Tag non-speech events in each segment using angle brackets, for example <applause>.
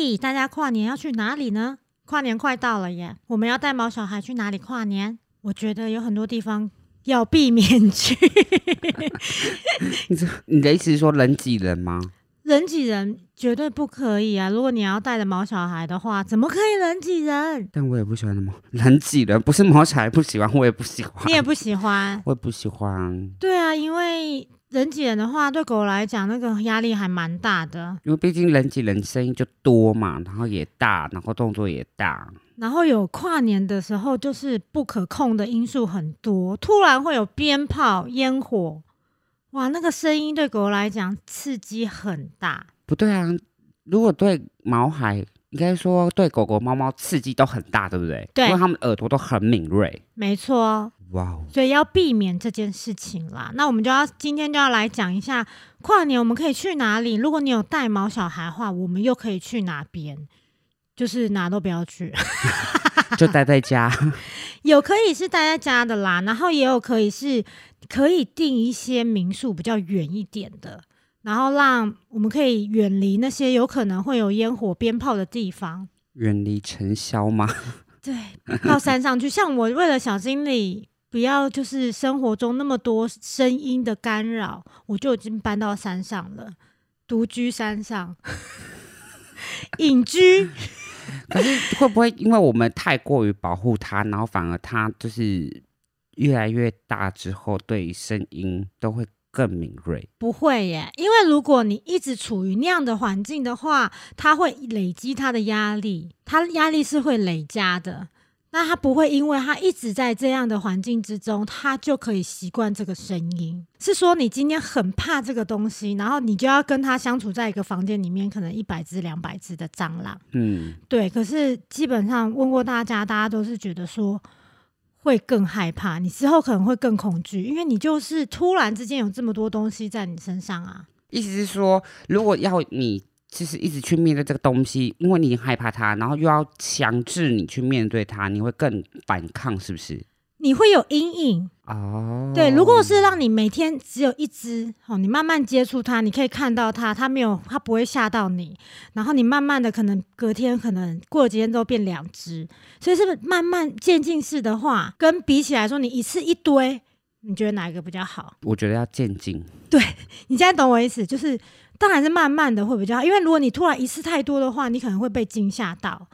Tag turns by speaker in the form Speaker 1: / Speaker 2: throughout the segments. Speaker 1: 以大家跨年要去哪里呢？跨年快到了耶，我们要带毛小孩去哪里跨年？我觉得有很多地方要避免去，
Speaker 2: 你的意思是说人挤人吗？
Speaker 1: 人挤人绝对不可以啊！如果你要带着毛小孩的话，怎么可以人挤人？
Speaker 2: 但我也不喜欢那么 <laughs> 人挤人，不是毛小孩不喜欢，我也不喜欢，
Speaker 1: 你也不喜欢，
Speaker 2: <laughs>
Speaker 1: <laughs>
Speaker 2: 我也不喜欢，
Speaker 1: 对啊，因为人挤人的话，对狗来讲那个压力还蛮大的，
Speaker 2: 因为毕竟人挤人声音就多嘛，然后也大，然后动作也大，
Speaker 1: 然后有跨年的时候，就是不可控的因素很多，突然会有鞭炮、烟火，哇，那个声音对狗来讲刺激很大。
Speaker 2: 不对啊。如果对毛孩，应该说对狗狗、猫猫刺激都很大，对不对？
Speaker 1: 对
Speaker 2: 因为它们耳朵都很敏锐。
Speaker 1: 没错，
Speaker 2: 哇哦，
Speaker 1: 所以要避免这件事情啦。那我们就要今天就要来讲一下跨年我们可以去哪里。如果你有带毛小孩的话，我们又可以去哪边？就是哪都不要去，
Speaker 2: 就待在家， <laughs>
Speaker 1: 有可以是待在家的啦，然后也有可以是可以订一些民宿比较远一点的，然后让我们可以远离那些有可能会有烟火鞭炮的地方。
Speaker 2: 远离尘嚣吗？
Speaker 1: 对，到山上去。 <laughs> 像我为了小经理不要就是生活中那么多声音的干扰，我就已经搬到山上了，独居山上， <laughs> 隐居。
Speaker 2: 可是会不会因为我们太过于保护它，然后反而它就是越来越大之后，对声音都会更敏锐？
Speaker 1: 不会耶，因为如果你一直处于那样的环境的话，它会累积它的压力，它压力是会累加的。那它不会因为它一直在这样的环境之中，它就可以习惯这个声音。是说你今天很怕这个东西，然后你就要跟它相处在一个房间里面，可能一百只、两百只的蟑螂。
Speaker 2: 嗯，
Speaker 1: 对，可是基本上问过大家，大家都是觉得说会更害怕，你之后可能会更恐惧，因为你就是突然之间有这么多东西在你身上啊。
Speaker 2: 意思是说，如果要你就是一直去面对这个东西，因为你害怕它，然后又要强制你去面对它，你会更反抗，是不是？
Speaker 1: 你会有阴影，
Speaker 2: 哦，
Speaker 1: 对。如果是让你每天只有一只，哦，你慢慢接触它，你可以看到它，它没有，它不会吓到你。然后你慢慢的，可能隔天，可能过几天之后变两只，所以是不是慢慢渐进式的话，跟比起来说，你一次一堆，你觉得哪一个比较好？
Speaker 2: 我觉得要渐进，
Speaker 1: 你现在懂我意思，就是当然是慢慢的会比较好，因为如果你突然一次太多的话，你可能会被惊吓到。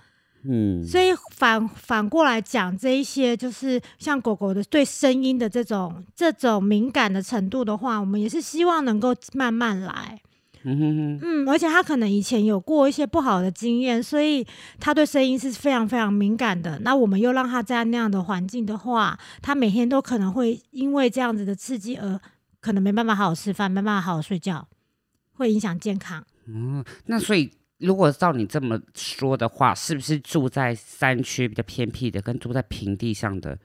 Speaker 2: 嗯，
Speaker 1: 所以反反过来讲，这一些就是像狗狗的对声音的这种这种敏感的程度的话，我们也是希望能够慢慢来。
Speaker 2: 嗯哼哼，
Speaker 1: 嗯，而且它可能以前有过一些不好的经验，所以它对声音是非常非常敏感的。那我们又让它在那样的环境的话，它每天都可能会因为这样子的刺激而可能没办法好好吃饭，没办法好好睡觉，会影响健康。
Speaker 2: 哦，那所以。如果照你这么说的话，是不是住在山区比较偏僻的，跟住在平地上的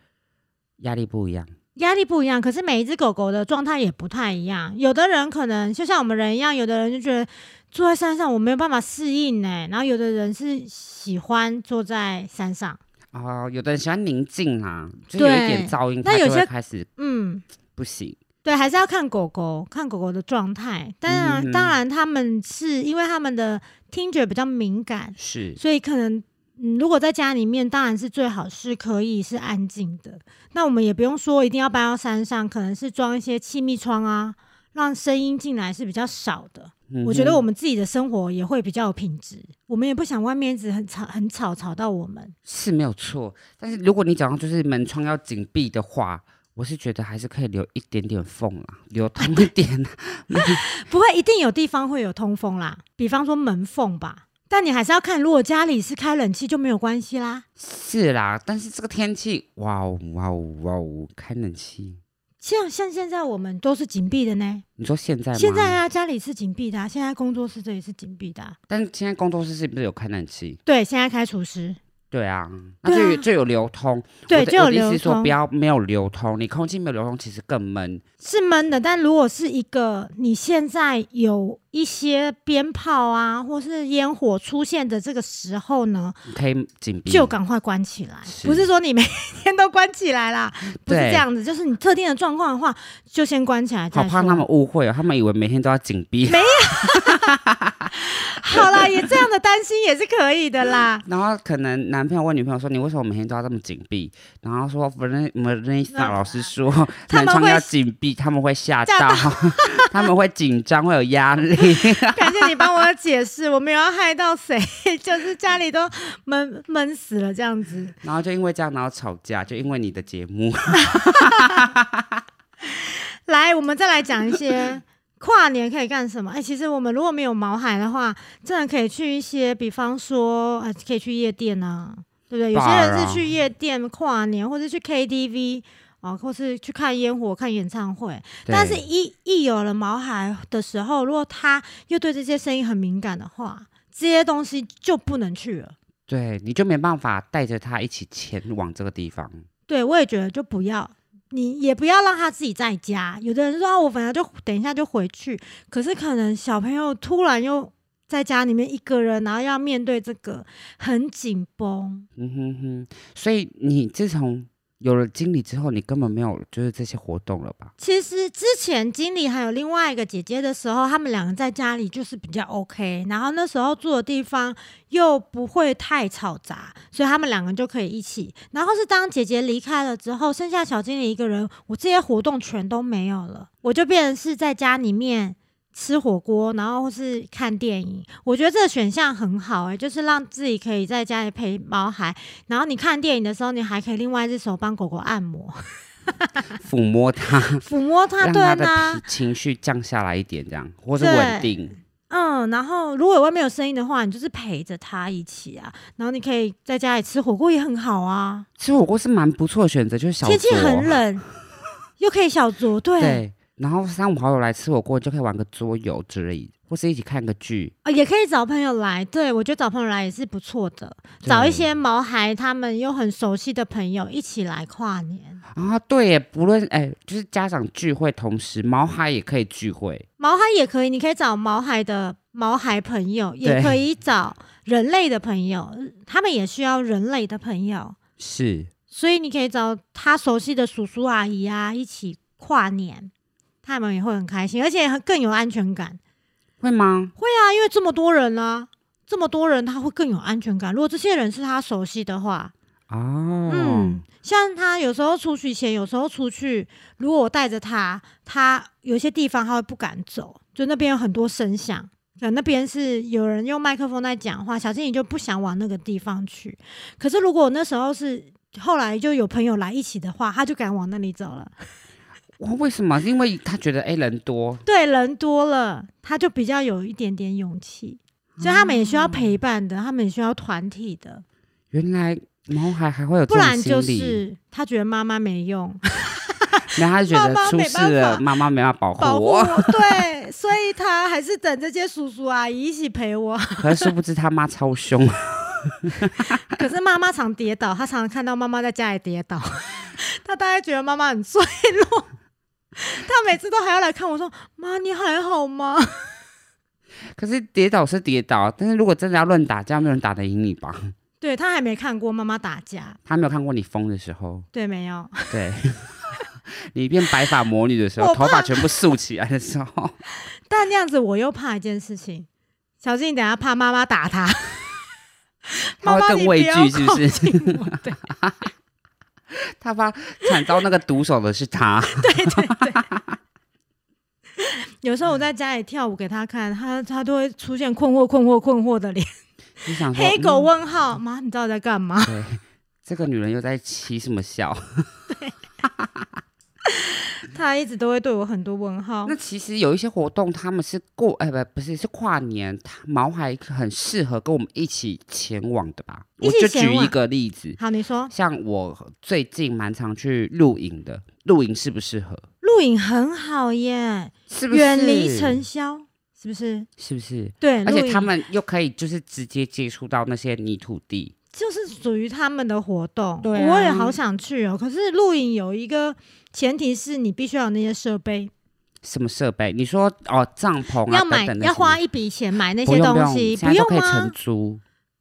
Speaker 2: 压力不一样？
Speaker 1: 压力不一样，可是每一只狗狗的状态也不太一样。有的人可能就像我们人一样，有的人就觉得住在山上我没有办法适应呢、然后有的人是喜欢坐在山上，
Speaker 2: 哦，有的人喜欢宁静啊，就有一点
Speaker 1: 对
Speaker 2: 噪音，
Speaker 1: 但
Speaker 2: 他
Speaker 1: 有
Speaker 2: 就会
Speaker 1: 些
Speaker 2: 开始
Speaker 1: 嗯，
Speaker 2: 不行。
Speaker 1: 对，还是要看狗狗，看狗狗的状态。当然，
Speaker 2: 嗯
Speaker 1: 当然他们是因为他们的听觉比较敏感，
Speaker 2: 是，
Speaker 1: 所以可能。嗯，如果在家里面，当然是最好是可以是安静的。那我们也不用说一定要搬到山上，可能是装一些气密窗啊，让声音进来是比较少的。我觉得我
Speaker 2: 们
Speaker 1: 们自己的生活也会比较有品质，我们也不想外面一直很吵很吵吵到我们。
Speaker 2: 是没有错，但是如果你讲到就是门窗要紧闭的话，我是觉得还是可以留一点点缝啦，留通一点啊啦。
Speaker 1: 不会，一定有地方会有通风啦，比方说门缝吧。但你还是要看，如果家里是开冷气就没有关系啦。
Speaker 2: <laughs> 是啦，但是这个天气，哇哦哇哦哇哦，开冷气，
Speaker 1: 像像现在我们都是紧闭的呢，
Speaker 2: 你说现在吗？
Speaker 1: 现在，啊家里是紧闭的、啊，现在工作室这里是紧闭的、啊。
Speaker 2: 但是现在工作室是不是有开冷气？
Speaker 1: 对，现在开除师，
Speaker 2: 对啊，
Speaker 1: 对
Speaker 2: 那
Speaker 1: 啊
Speaker 2: 就有、就有流通。
Speaker 1: 对，
Speaker 2: 我的
Speaker 1: 就有
Speaker 2: 我的
Speaker 1: 流
Speaker 2: 意思是说
Speaker 1: 通
Speaker 2: 不要没有流通，你空气没有流通，其实更闷。
Speaker 1: 是闷的。但如果是一个你现在有一些鞭炮啊，或是烟火出现的这个时候呢，
Speaker 2: 你可以紧闭，
Speaker 1: 就赶快关起来。
Speaker 2: 嗯是
Speaker 1: 不是说你每天都关起来啦，不是
Speaker 2: 对
Speaker 1: 这样子，就是你特定的状况的话，就先关起来再说。
Speaker 2: 好
Speaker 1: <laughs>
Speaker 2: 怕他们误会哦，他们以为每天都要紧闭。
Speaker 1: 好啦，也这样的担心也是可以的
Speaker 2: <laughs>
Speaker 1: 啦。
Speaker 2: 然后可能男朋友问女朋友说：“你为什么每天都要这么紧闭？”然后说 v e r n i s a 老
Speaker 1: <laughs>
Speaker 2: 师说，
Speaker 1: 他
Speaker 2: 男
Speaker 1: 们
Speaker 2: 窗
Speaker 1: 会
Speaker 2: 要紧闭，他们会吓
Speaker 1: 吓
Speaker 2: 到， <laughs> 他们会紧张，会有压力。 <laughs>
Speaker 1: 感谢你帮我解释，我没有要害到谁， <laughs> 就是家里都闷闷死了这样子。
Speaker 2: 然后就因为这样，然后吵架，就因为你的节目。
Speaker 1: 来，我们再来讲一些跨年可以干什么？哎、其实我们如果没有毛孩的话，真的可以去一些，比方说，呃，可以去夜店啊，对不对？有些
Speaker 2: Bar
Speaker 1: 人
Speaker 2: 啊
Speaker 1: 是去夜店跨年，或者去 KTV 啊、或是去看烟火、看演唱会。 <laughs> 但是
Speaker 2: 对
Speaker 1: 一一有了毛孩的时候，如果他又对这些声音很敏感的话，这些东西就不能去了。
Speaker 2: 对，你就没办法带着他一起前往这个地方。
Speaker 1: 对，我也觉得就不要，你也不要让他自己在家。有的人说、啊、我本来就等一下就回去，可是可能小朋友突然又在家里面一个人，然后要面对这个，很紧绷。
Speaker 2: 嗯哼哼，所以你自从有了经理之后，你根本没有就是这些活动了吧？
Speaker 1: 其实之前经理还有另外一个姐姐的时候，他们两个在家里就是比较 OK，然后那时候住的地方又不会太吵杂，所以他们两个就可以一起。然后是当姐姐离开了之后，剩下小经理一个人，我这些活动全都没有了，我就变成是在家里面。吃火锅，然后或是看电影，我觉得这个选项很好诶、就是让自己可以在家里陪毛孩，然后你看电影的时候，你还可以另外一只手帮狗狗按摩、
Speaker 2: 抚摸他，
Speaker 1: 抚摸它，
Speaker 2: <laughs> 让
Speaker 1: 啊对
Speaker 2: 他
Speaker 1: 呢、
Speaker 2: 的脾情绪降下来一点，这样或是
Speaker 1: 对
Speaker 2: 稳定。
Speaker 1: 嗯，然后如果有外面有声音的话，你就是陪着他一起啊，然后你可以在家里吃火锅也很好啊，
Speaker 2: 其实火锅是蛮不错的选择，就是小
Speaker 1: 天气
Speaker 2: 酌
Speaker 1: 很欸冷，又可以小酌，对，
Speaker 2: 对，然后三五好友来吃火锅，就可以玩个桌游之类，或是一起看个剧。
Speaker 1: 啊也可以找朋友来，对我觉得找朋友来也是不错的，
Speaker 2: 对
Speaker 1: 找一些毛孩他们又很熟悉的朋友一起来跨年，
Speaker 2: 啊，对耶，不论哎，就是家长聚会，同时毛孩也可以聚会。
Speaker 1: 毛孩也可以，你可以找毛孩的毛孩朋友，也
Speaker 2: 对
Speaker 1: 可以找人类的朋友，嗯他们也需要人类的朋友。
Speaker 2: 是，
Speaker 1: 所以你可以找他熟悉的叔叔阿姨啊，一起跨年，他们也会很开心，而且很更有安全感。
Speaker 2: 会吗？
Speaker 1: 会啊，因为这么多人啊，这么多人他会更有安全感。如果这些人是他熟悉的话，
Speaker 2: 哦，
Speaker 1: 嗯，像他有时候出去前，有时候出去，如果我带着他，他有些地方他会不敢走，就那边有很多声响，可能那边是有人用麦克风在讲话，小静你就不想往那个地方去。可是如果我那时候是后来就有朋友来一起的话，他就敢往那里走了。
Speaker 2: 我为什么？是因为他觉得哎人多，
Speaker 1: 对，人多了，他就比较有一点点勇气。所以他们也需要陪伴的，他们也需要团体的，
Speaker 2: 原来毛孩还会有
Speaker 1: 不
Speaker 2: 这种
Speaker 1: 然
Speaker 2: 心
Speaker 1: 就
Speaker 2: 理，
Speaker 1: 是他觉得妈妈没用，
Speaker 2: 然后他就觉
Speaker 1: 爸
Speaker 2: 得
Speaker 1: 妈
Speaker 2: 出
Speaker 1: 没办
Speaker 2: 事了，
Speaker 1: 法
Speaker 2: 妈妈没办法保
Speaker 1: 保
Speaker 2: 护
Speaker 1: 护
Speaker 2: 我，
Speaker 1: 我， <laughs> 对，所以他还是等这些叔叔阿姨一起陪我。
Speaker 2: <laughs>
Speaker 1: <laughs>
Speaker 2: 可是殊不知他妈超凶， <laughs>
Speaker 1: 可是妈妈常跌倒，他常常看到妈妈在家里跌倒， <laughs> 他大概觉得妈妈很脆弱。 <laughs> 他每次都还要来看我说：“妈，你还好吗 <laughs>
Speaker 2: 可是跌倒是跌倒，但是如果真的要乱打架，没有人打得赢你吧？？”
Speaker 1: 对他还没看过妈妈打架，
Speaker 2: 他没有看过你疯的时候，
Speaker 1: 对，没有。
Speaker 2: 对。 <laughs> 你变白发魔女的时候，
Speaker 1: 我
Speaker 2: 头
Speaker 1: 怕
Speaker 2: 发全部竖起来的时候，
Speaker 1: 但那样子我又怕一件事情，小静，等下怕妈妈打 <laughs> 他，
Speaker 2: 他
Speaker 1: 妈
Speaker 2: 会
Speaker 1: 妈
Speaker 2: 更畏惧，
Speaker 1: 你
Speaker 2: 是不？
Speaker 1: 要靠
Speaker 2: 是？
Speaker 1: 近我对
Speaker 2: 他怕惨遭那个毒手的是他， <laughs>
Speaker 1: 有时候我在家里跳舞给他看，他他都会出现困惑、困惑、困惑的脸。
Speaker 2: 你想说
Speaker 1: 黑狗
Speaker 2: 嗯
Speaker 1: 问号，妈，你到底在干嘛？ <laughs>
Speaker 2: 对，这个女人又在起什么笑？
Speaker 1: 他一直都会对我很多问号
Speaker 2: 那。其实有一些活动，他们是过哎不不是是跨年，他毛孩很适合跟我们一起前往的吧？
Speaker 1: 一
Speaker 2: 我
Speaker 1: 起
Speaker 2: 就
Speaker 1: 前
Speaker 2: 举一
Speaker 1: 往
Speaker 2: 个例子，
Speaker 1: 好，你说
Speaker 2: 像我最近蛮常去露营的，露营适不适合？
Speaker 1: 露营很好耶，
Speaker 2: 是不是
Speaker 1: 远离尘嚣，是不是？
Speaker 2: 是不是？
Speaker 1: 对，
Speaker 2: 而
Speaker 1: 露
Speaker 2: 且
Speaker 1: 营
Speaker 2: 他们又可以就是直接接触到那些泥土地，
Speaker 1: 就是属于他们的活动。
Speaker 2: 对啊
Speaker 1: 我也好想去哦。可是露营有一个前提是你必须要有那些设备，
Speaker 2: 什么设备？你说哦，帐篷啊
Speaker 1: 要买
Speaker 2: 等等的
Speaker 1: 要
Speaker 2: 什么
Speaker 1: 花一笔钱买那
Speaker 2: 不
Speaker 1: 些
Speaker 2: 用不
Speaker 1: 东
Speaker 2: 用
Speaker 1: 西，
Speaker 2: 现在都可以
Speaker 1: 吗
Speaker 2: 承？租，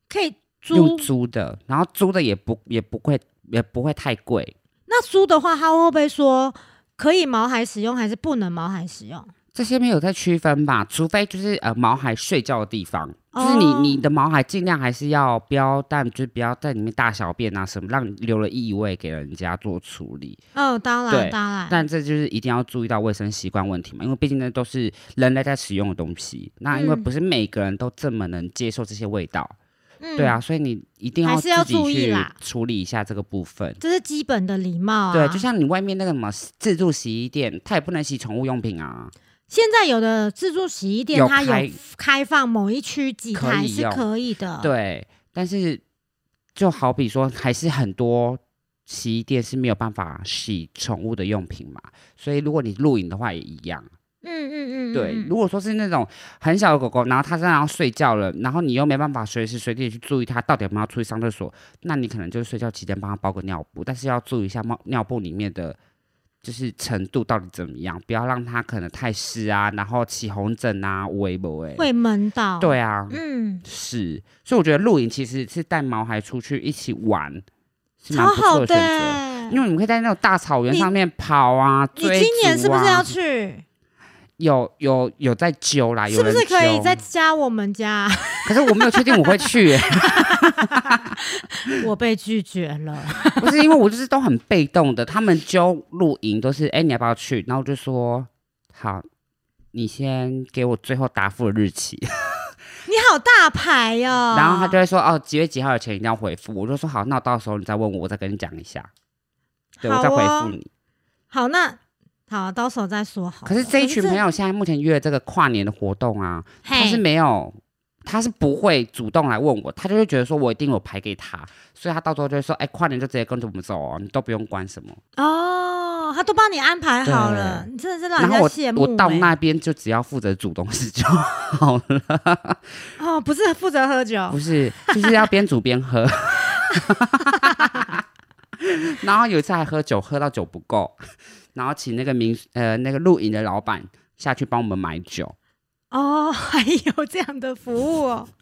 Speaker 1: 可以
Speaker 2: 用
Speaker 1: 租。
Speaker 2: 租的，然后租的也不也不会也不会太贵。
Speaker 1: 那租的话，他会不会说可以毛孩使用还是不能毛孩使用？
Speaker 2: 这些没有在区分吧？除非就是呃毛孩睡觉的地方，就是你
Speaker 1: 哦
Speaker 2: 你的毛孩尽量还是要不要但就是不要在里面大小便啊什么，让你留了异味给人家做处理。
Speaker 1: 嗯，当然
Speaker 2: 对
Speaker 1: 当然，
Speaker 2: 但这就是一定要注意到卫生习惯问题嘛，因为毕竟那都是人类在使用的东西，那因为
Speaker 1: 嗯
Speaker 2: 不是每个人都这么能接受这些味道，
Speaker 1: 嗯
Speaker 2: 对啊，，所以你一定
Speaker 1: 还
Speaker 2: 要
Speaker 1: 是要
Speaker 2: 自己
Speaker 1: 注意
Speaker 2: 去
Speaker 1: 啦
Speaker 2: 处理一下这个部分。
Speaker 1: 这是基本的礼貌啊。
Speaker 2: 对，就像你外面那个什么自助洗衣店，它也不能洗宠物用品啊。
Speaker 1: 现在有的自助洗衣店，
Speaker 2: 有
Speaker 1: 它有
Speaker 2: 开
Speaker 1: 开放某一区几
Speaker 2: 可
Speaker 1: 台
Speaker 2: 以
Speaker 1: 是
Speaker 2: 用
Speaker 1: 可以的。，
Speaker 2: 对，但是就好比说，还是很多洗衣店是没有办法洗宠物的用品嘛，所以如果你露营的话也一样。
Speaker 1: 嗯嗯嗯，
Speaker 2: 对，
Speaker 1: 嗯
Speaker 2: 如果说是那种很小的狗狗，然后它在那睡觉了，然后你又没办法随时随地去注意它到底有没有出去上厕所，那你可能就是睡觉期间帮它包个尿布，但是要注意一下猫尿布里面的。就是程度到底怎么样，不要让它可能太湿啊，然后起红疹啊，微不微？
Speaker 1: 会哦闷到。，
Speaker 2: 对啊，
Speaker 1: 嗯，
Speaker 2: 是，所以我觉得露营其实是带毛孩出去一起玩，是蛮
Speaker 1: 超
Speaker 2: 不错
Speaker 1: 好
Speaker 2: 的
Speaker 1: 的
Speaker 2: 选择。
Speaker 1: 欸。
Speaker 2: 因为你们可以在那种大草原上面跑啊，
Speaker 1: 你
Speaker 2: 追
Speaker 1: 今年
Speaker 2: 逐
Speaker 1: 是不是
Speaker 2: 啊
Speaker 1: 要去？
Speaker 2: 有有有在揪啦？有
Speaker 1: 是不
Speaker 2: 人
Speaker 1: 是可以
Speaker 2: 揪
Speaker 1: 再？加我们
Speaker 2: <laughs>
Speaker 1: 家？
Speaker 2: 可是我没有确定我会去、
Speaker 1: <laughs> 我被拒绝了。
Speaker 2: 不是因为我就是都很被动的。他们揪露营都是，哎、你要不要去？然后我就说好，你先给我最后答复的日期。
Speaker 1: 你好大牌哟、
Speaker 2: <laughs> 然后他就会说哦，几月几号以前一定要回复。我就说好，那我到时候你再问我，我再跟你讲一下。对，我再
Speaker 1: 好
Speaker 2: 回
Speaker 1: 哦
Speaker 2: 复你。
Speaker 1: 好，那好，到时候再说好了。
Speaker 2: 可是这一群朋
Speaker 1: 友
Speaker 2: 友现在目前约这个跨年的活动啊，他是没有，他是不会主动来问我，他就会觉得说我一定有排给他，所以他到时候就会说，哎、跨年就直接跟着我们走哦，你都不用管什么。
Speaker 1: 哦，他都帮你安排好了，
Speaker 2: 对
Speaker 1: 你真的是让人
Speaker 2: 然后
Speaker 1: 家
Speaker 2: 我
Speaker 1: 羡慕、欸。
Speaker 2: 我到那边就只要负责煮东西就好了，
Speaker 1: 哦，不是负责喝酒
Speaker 2: 不，是，就是要边煮边喝。 <laughs> 然后有一次还喝酒，喝到酒不够，然后请那个民呃那个露营的老板下去帮我们买酒。
Speaker 1: 哦， <laughs> 还有这样的服务哦。 <laughs>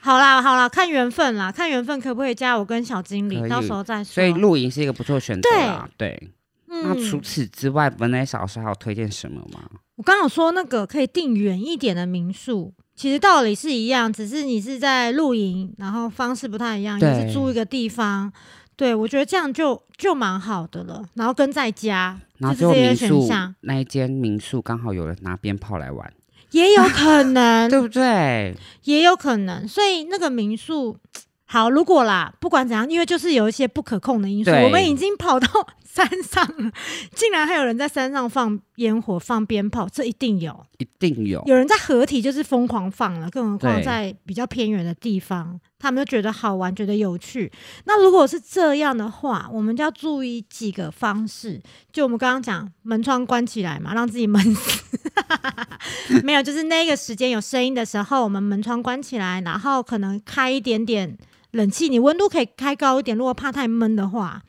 Speaker 1: 好啦，好啦，看缘分啦，看缘分可不可以加我跟小经
Speaker 2: 可
Speaker 1: 理，
Speaker 2: 以
Speaker 1: 到时候再说。
Speaker 2: 所以露营是一个不错的选择
Speaker 1: 嗯对
Speaker 2: 啦。对，那除
Speaker 1: 嗯，
Speaker 2: 此之外，文莱小师还有推荐什么吗？
Speaker 1: 我刚有说那个可以订远一点的民宿，其实道理是一样，只是你是在露营，然后方式不太一样，
Speaker 2: 对
Speaker 1: 也是租一个地方。对，我觉得这样就就蛮好的了，然后跟在家，
Speaker 2: 然后
Speaker 1: 就是这
Speaker 2: 最后
Speaker 1: 些
Speaker 2: 民
Speaker 1: 选
Speaker 2: 宿
Speaker 1: 项
Speaker 2: 那一间民宿刚好有人拿鞭炮来玩，
Speaker 1: 也有可
Speaker 2: <laughs>
Speaker 1: 能，
Speaker 2: 对不对？
Speaker 1: 也有可能，所以那个民宿。好，如果啦，不管怎样，因为就是有一些不可控的因素，
Speaker 2: 对
Speaker 1: 我们已经跑到山上了，竟然还有人在山上放烟火、放鞭炮，这一定有。
Speaker 2: 一定有。
Speaker 1: 有人在合体就是疯狂放了，更何况
Speaker 2: 对
Speaker 1: 在比较偏远的地方，他们就觉得好玩，觉得有趣。那如果是这样的话，我们就要注意几个方式，就我们刚刚讲，门窗关起来嘛，让自己闷
Speaker 2: <laughs>
Speaker 1: 死。没有，就是那个时间有声音的时候，我们门窗关起来，然后可能开一点点冷气，你温度可以开高一点，如果怕太闷的话。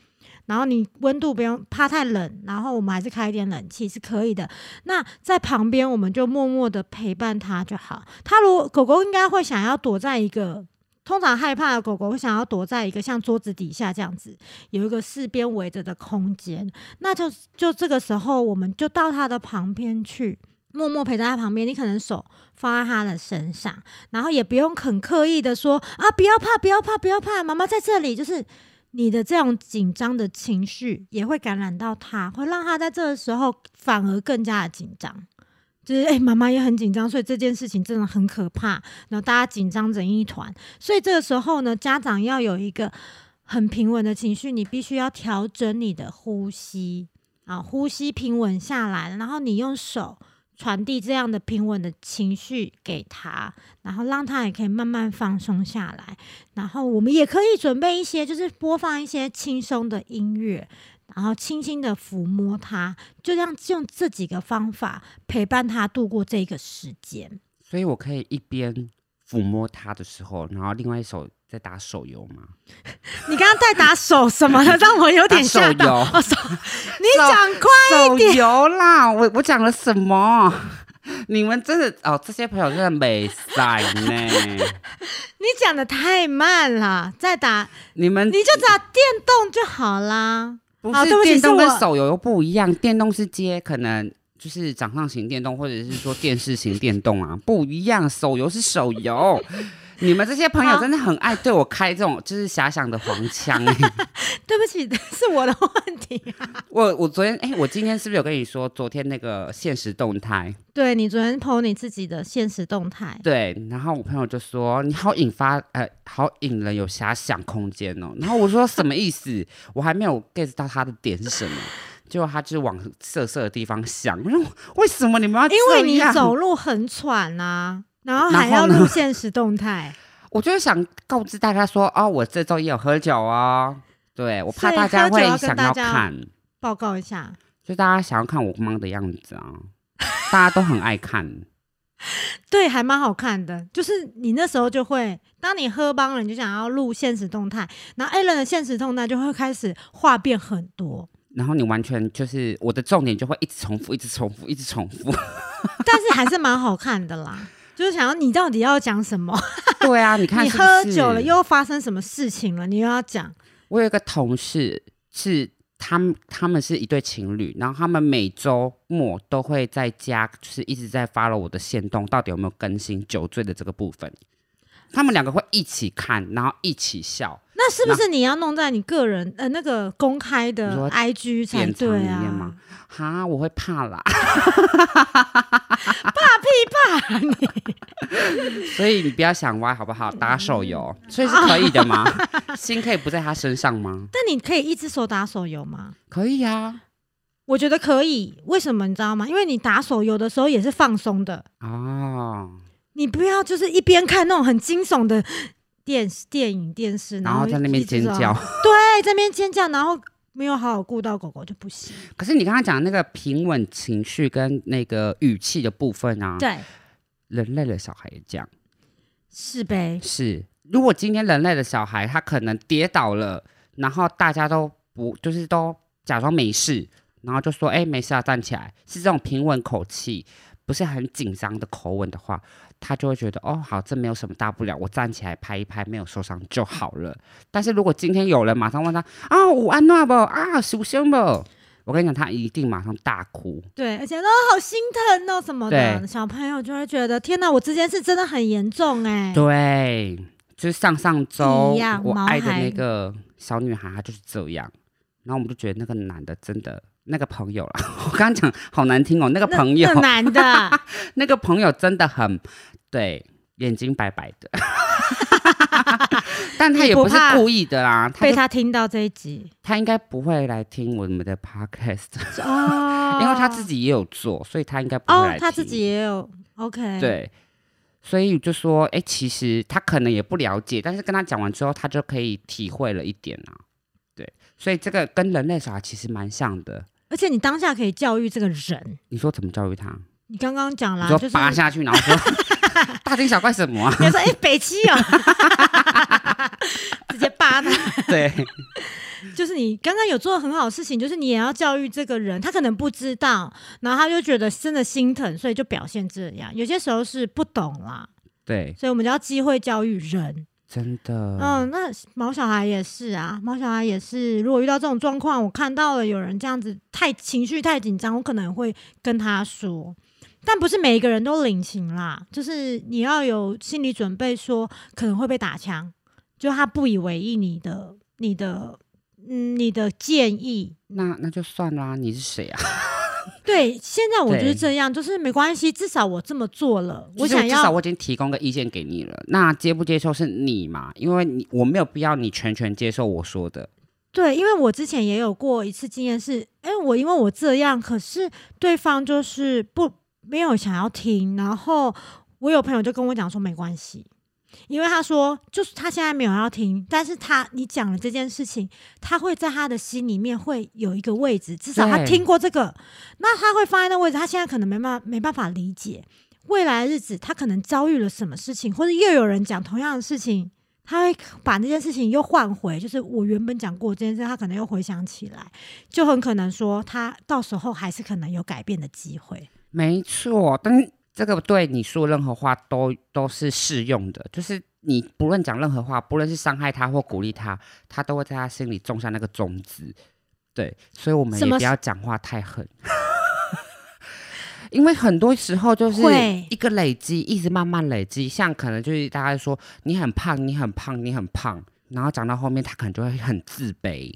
Speaker 1: 然后你温度不用怕太冷，然后我们还是开一点冷气是可以的。那在旁边我们就默默的陪伴它就好。它如果狗狗应该会想要躲在一个，通常害怕的狗狗会想要躲在一个像桌子底下这样子，有一个四边围着的空间。那就就这个时候，我们就到它的旁边去。默默陪在它旁边，你可能手放在它的身上，然后也不用很刻意的说啊，不要怕，不要怕，不要怕，妈妈在这里。就是你的这种紧张的情绪也会感染到他，会让他在这个时候反而更加的紧张。就是哎，妈、妈也很紧张，所以这件事情真的很可怕。然后大家紧张成一团，所以这个时候呢，家长要有一个很平稳的情绪，你必须要调整你的呼吸啊，呼吸平稳下来，然后你用手传递这样的平稳的情绪给他，然后让他也可以慢慢放松下来。然后我们也可以准备一些，就是播放一些轻松的音乐，然后轻轻的抚摸它，就这样用这几个方法陪伴它度过这个时间。
Speaker 2: 所以我可以一边抚摸它的时候，然后另外一手在打手游嘛。
Speaker 1: 你刚刚在打手什么的，让我有点吓到。
Speaker 2: 打
Speaker 1: 哦，手，你讲快，
Speaker 2: 手游啦，我我讲了什么？ <laughs> 你们真的哦，这些朋友真的 <laughs> 美塞呢。
Speaker 1: 你讲的太慢了，再打
Speaker 2: 你们
Speaker 1: 你就打电动就好啦。
Speaker 2: 不
Speaker 1: 啊
Speaker 2: 是
Speaker 1: 对不起
Speaker 2: 电动
Speaker 1: 是
Speaker 2: 跟
Speaker 1: 我
Speaker 2: 手游又不一样，电动是接可能就是掌上型电动，或者是说电视型电动啊，不一样。手游是手游，你们这些朋友
Speaker 1: 好
Speaker 2: 真的很爱对我开这种就是遐想的黄腔、欸。 <laughs>
Speaker 1: 对不起， <laughs> 是我的问题、啊。
Speaker 2: 我我昨天哎、我今天是不是有跟你说，昨天那个现实动态？
Speaker 1: 对你昨天 PO 你自己的现实动态，
Speaker 2: 对，然后我朋友就说你好引发呃，好引人有遐想空间哦。然后我说什么意思？我还没有 get 到他的点是什么。结果他就是往色色的地方想，我说为什么你们要这
Speaker 1: 因
Speaker 2: 样？
Speaker 1: 为你走路很喘 <laughs> 啊，然后还
Speaker 2: 然
Speaker 1: 要
Speaker 2: 后呢
Speaker 1: 录现实动态，
Speaker 2: 我就是想告知大家说，哦，我这周也有喝酒哦。对，我怕
Speaker 1: 所以
Speaker 2: 大家
Speaker 1: 喝
Speaker 2: 会
Speaker 1: 酒要跟
Speaker 2: 想
Speaker 1: 大
Speaker 2: 要
Speaker 1: 家
Speaker 2: 看，
Speaker 1: 报告一下。
Speaker 2: 就大家想要看我忙的样子啊，大家都很爱看。
Speaker 1: <laughs> 对，还蛮好看的。就是你那时候就会，当你喝帮了，你就想要录现实动态，然后 Allen 的现实动态就会开始话变很多， <laughs>
Speaker 2: 然后你完全就是我的重点就会一直重复，一直重复，一直重复。 <laughs>
Speaker 1: 但是还是蛮好看的啦。就是想要你到底要讲什 <laughs> 么？
Speaker 2: 对啊，你看
Speaker 1: 你
Speaker 2: 是不
Speaker 1: 喝
Speaker 2: 是
Speaker 1: 酒了又发生什么事情了？你又要讲，
Speaker 2: 我有一个同事是他们，他们是一对情侣，然后他们每周末都会在家，就是一直在发了我的线动，到底有没有更新酒醉的这个部分。他们两个会一起看，然后一起笑，
Speaker 1: 那是不是你要弄在你个人呃那个公开
Speaker 2: 你
Speaker 1: 的
Speaker 2: 说
Speaker 1: IG 才
Speaker 2: 典藏里
Speaker 1: 对
Speaker 2: 面
Speaker 1: 啊
Speaker 2: 吗？？哈，我会怕啦。 <laughs>
Speaker 1: 啊你
Speaker 2: <laughs> 所以你不要想歪好不好？打手游，
Speaker 1: 嗯
Speaker 2: 所以是可以的
Speaker 1: <laughs>
Speaker 2: 吗？心可以不在他身上吗？
Speaker 1: 但你可以一只手打手游吗？
Speaker 2: 可以啊。
Speaker 1: 我觉得可以，为什么你知道吗？因为你打手游的时候也是放松的，
Speaker 2: 哦，
Speaker 1: 你不要就是一边看那种很惊悚的电视、电影、电视，
Speaker 2: 然后在那边
Speaker 1: 一直
Speaker 2: 尖
Speaker 1: 这
Speaker 2: 叫
Speaker 1: 样，。对，在那边尖叫，然后没有好好顾到狗狗就不行。
Speaker 2: 可是你刚刚讲那个平稳情绪跟那个语气的部分啊，
Speaker 1: 对，
Speaker 2: 人类的小孩也这样。
Speaker 1: 是呗。
Speaker 2: 是，如果今天人类的小孩他可能跌倒了，然后大家都不就是都假装没事，然后就说哎、没事啊站起来，是这种平稳口气，不是很紧张的口吻的话，他就会觉得哦好，这没有什么大不了，我站起来拍一拍，没有受伤就好了。但是如果今天有人马上问他啊午安娜不啊受伤不，我跟你讲他一定马上大哭。
Speaker 1: 对，而且哦，好心疼哦什么的，
Speaker 2: 对
Speaker 1: 小朋友就会觉得天哪，我这件事真的很严重哎、
Speaker 2: 对，就是上上周
Speaker 1: 一样
Speaker 2: 我
Speaker 1: 毛
Speaker 2: 爱的
Speaker 1: 孩
Speaker 2: 那个小女孩，她就是这样。然后我们就觉得那个男的真的，那个朋友啦， <laughs> 我刚刚讲好难听哦，那个
Speaker 1: 那
Speaker 2: 朋友，
Speaker 1: 那男
Speaker 2: <laughs>
Speaker 1: 的，
Speaker 2: 那个朋友真的很对，眼睛白白的， <laughs> 但他
Speaker 1: 你
Speaker 2: 也
Speaker 1: 不
Speaker 2: 不是
Speaker 1: 怕
Speaker 2: 故意的啦，他
Speaker 1: 被
Speaker 2: 就
Speaker 1: 他听到这一集
Speaker 2: <laughs> 他应该不会来听我们的 podcast，、
Speaker 1: 哦，
Speaker 2: 因为他自己也有做，所以他应该不会来
Speaker 1: 哦
Speaker 2: 听。，
Speaker 1: 他自己也有 OK，，
Speaker 2: 对，所以就说，哎、其实他可能也不了解，但是跟他讲完之后，他就可以体会了一点啊。对，所以这个跟人类小孩其实蛮像的。
Speaker 1: 而且你当下可以教育这个人。
Speaker 2: 你说怎么教育他？
Speaker 1: 你刚刚讲
Speaker 2: 你
Speaker 1: 啦，
Speaker 2: 说
Speaker 1: 就是
Speaker 2: 拔下去，然后说 <laughs> 大惊小怪什么啊？ <laughs>
Speaker 1: 你说哎、北七哦， <laughs> 直接扒他。
Speaker 2: 对，
Speaker 1: 就是你刚刚有做很好的事情，就是你也要教育这个人，他可能不知道，然后他就觉得真的心疼，所以就表现这样。有些时候是不懂啦，
Speaker 2: 对，
Speaker 1: 所以我们就要机会教育人。
Speaker 2: 真的。
Speaker 1: 嗯，那毛小孩也是啊，毛小孩也是，如果遇到这种状况，我看到了有人这样子太情绪太紧张，我可能会跟他说。但不是每一个人都领情啦，就是你要有心理准备说可能会被打枪，就他不以为意你的、你的、嗯、你的建议。
Speaker 2: 那那就算啦，你是谁啊？
Speaker 1: 对，现在我就是
Speaker 2: 对
Speaker 1: 这样，就是没关系，至少我这么做了，我
Speaker 2: 就是
Speaker 1: 想
Speaker 2: 至少
Speaker 1: 要
Speaker 2: 我已经提供个意见给你了，那接不接受是你嘛？因为你我没有必要你全权接受我说的。
Speaker 1: 对，因为我之前也有过一次经验是，哎、我因为我这样，可是对方就是不没有想要听，然后我有朋友就跟我讲说没关系，因为他说就是他现在没有要听，但是他你讲了这件事情，他会在他的心里面会有一个位置，至少他
Speaker 2: 对
Speaker 1: 听过这个，那他会放在那位置，他现在可能没办法没办法理解，未来日子他可能遭遇了什么事情，或者又有人讲同样的事情，他会把那件事情又换回，就是我原本讲过这件事，他可能又回想起来，就很可能说他到时候还是可能有改变的机会。
Speaker 2: 没错，但是这个对你说任何话都都是适用的，就是你不论讲任何话，不论是伤害他或鼓励他，他都会在他心里种下那个种子。对，所以我们
Speaker 1: 什
Speaker 2: 也
Speaker 1: 么
Speaker 2: 不要讲话太狠。 <laughs> 因为很多时候就是
Speaker 1: 会
Speaker 2: 一个累积，一直慢慢累积，像可能就是大家说你很胖，你很胖，你很胖，然后讲到后面他可能就会很自卑，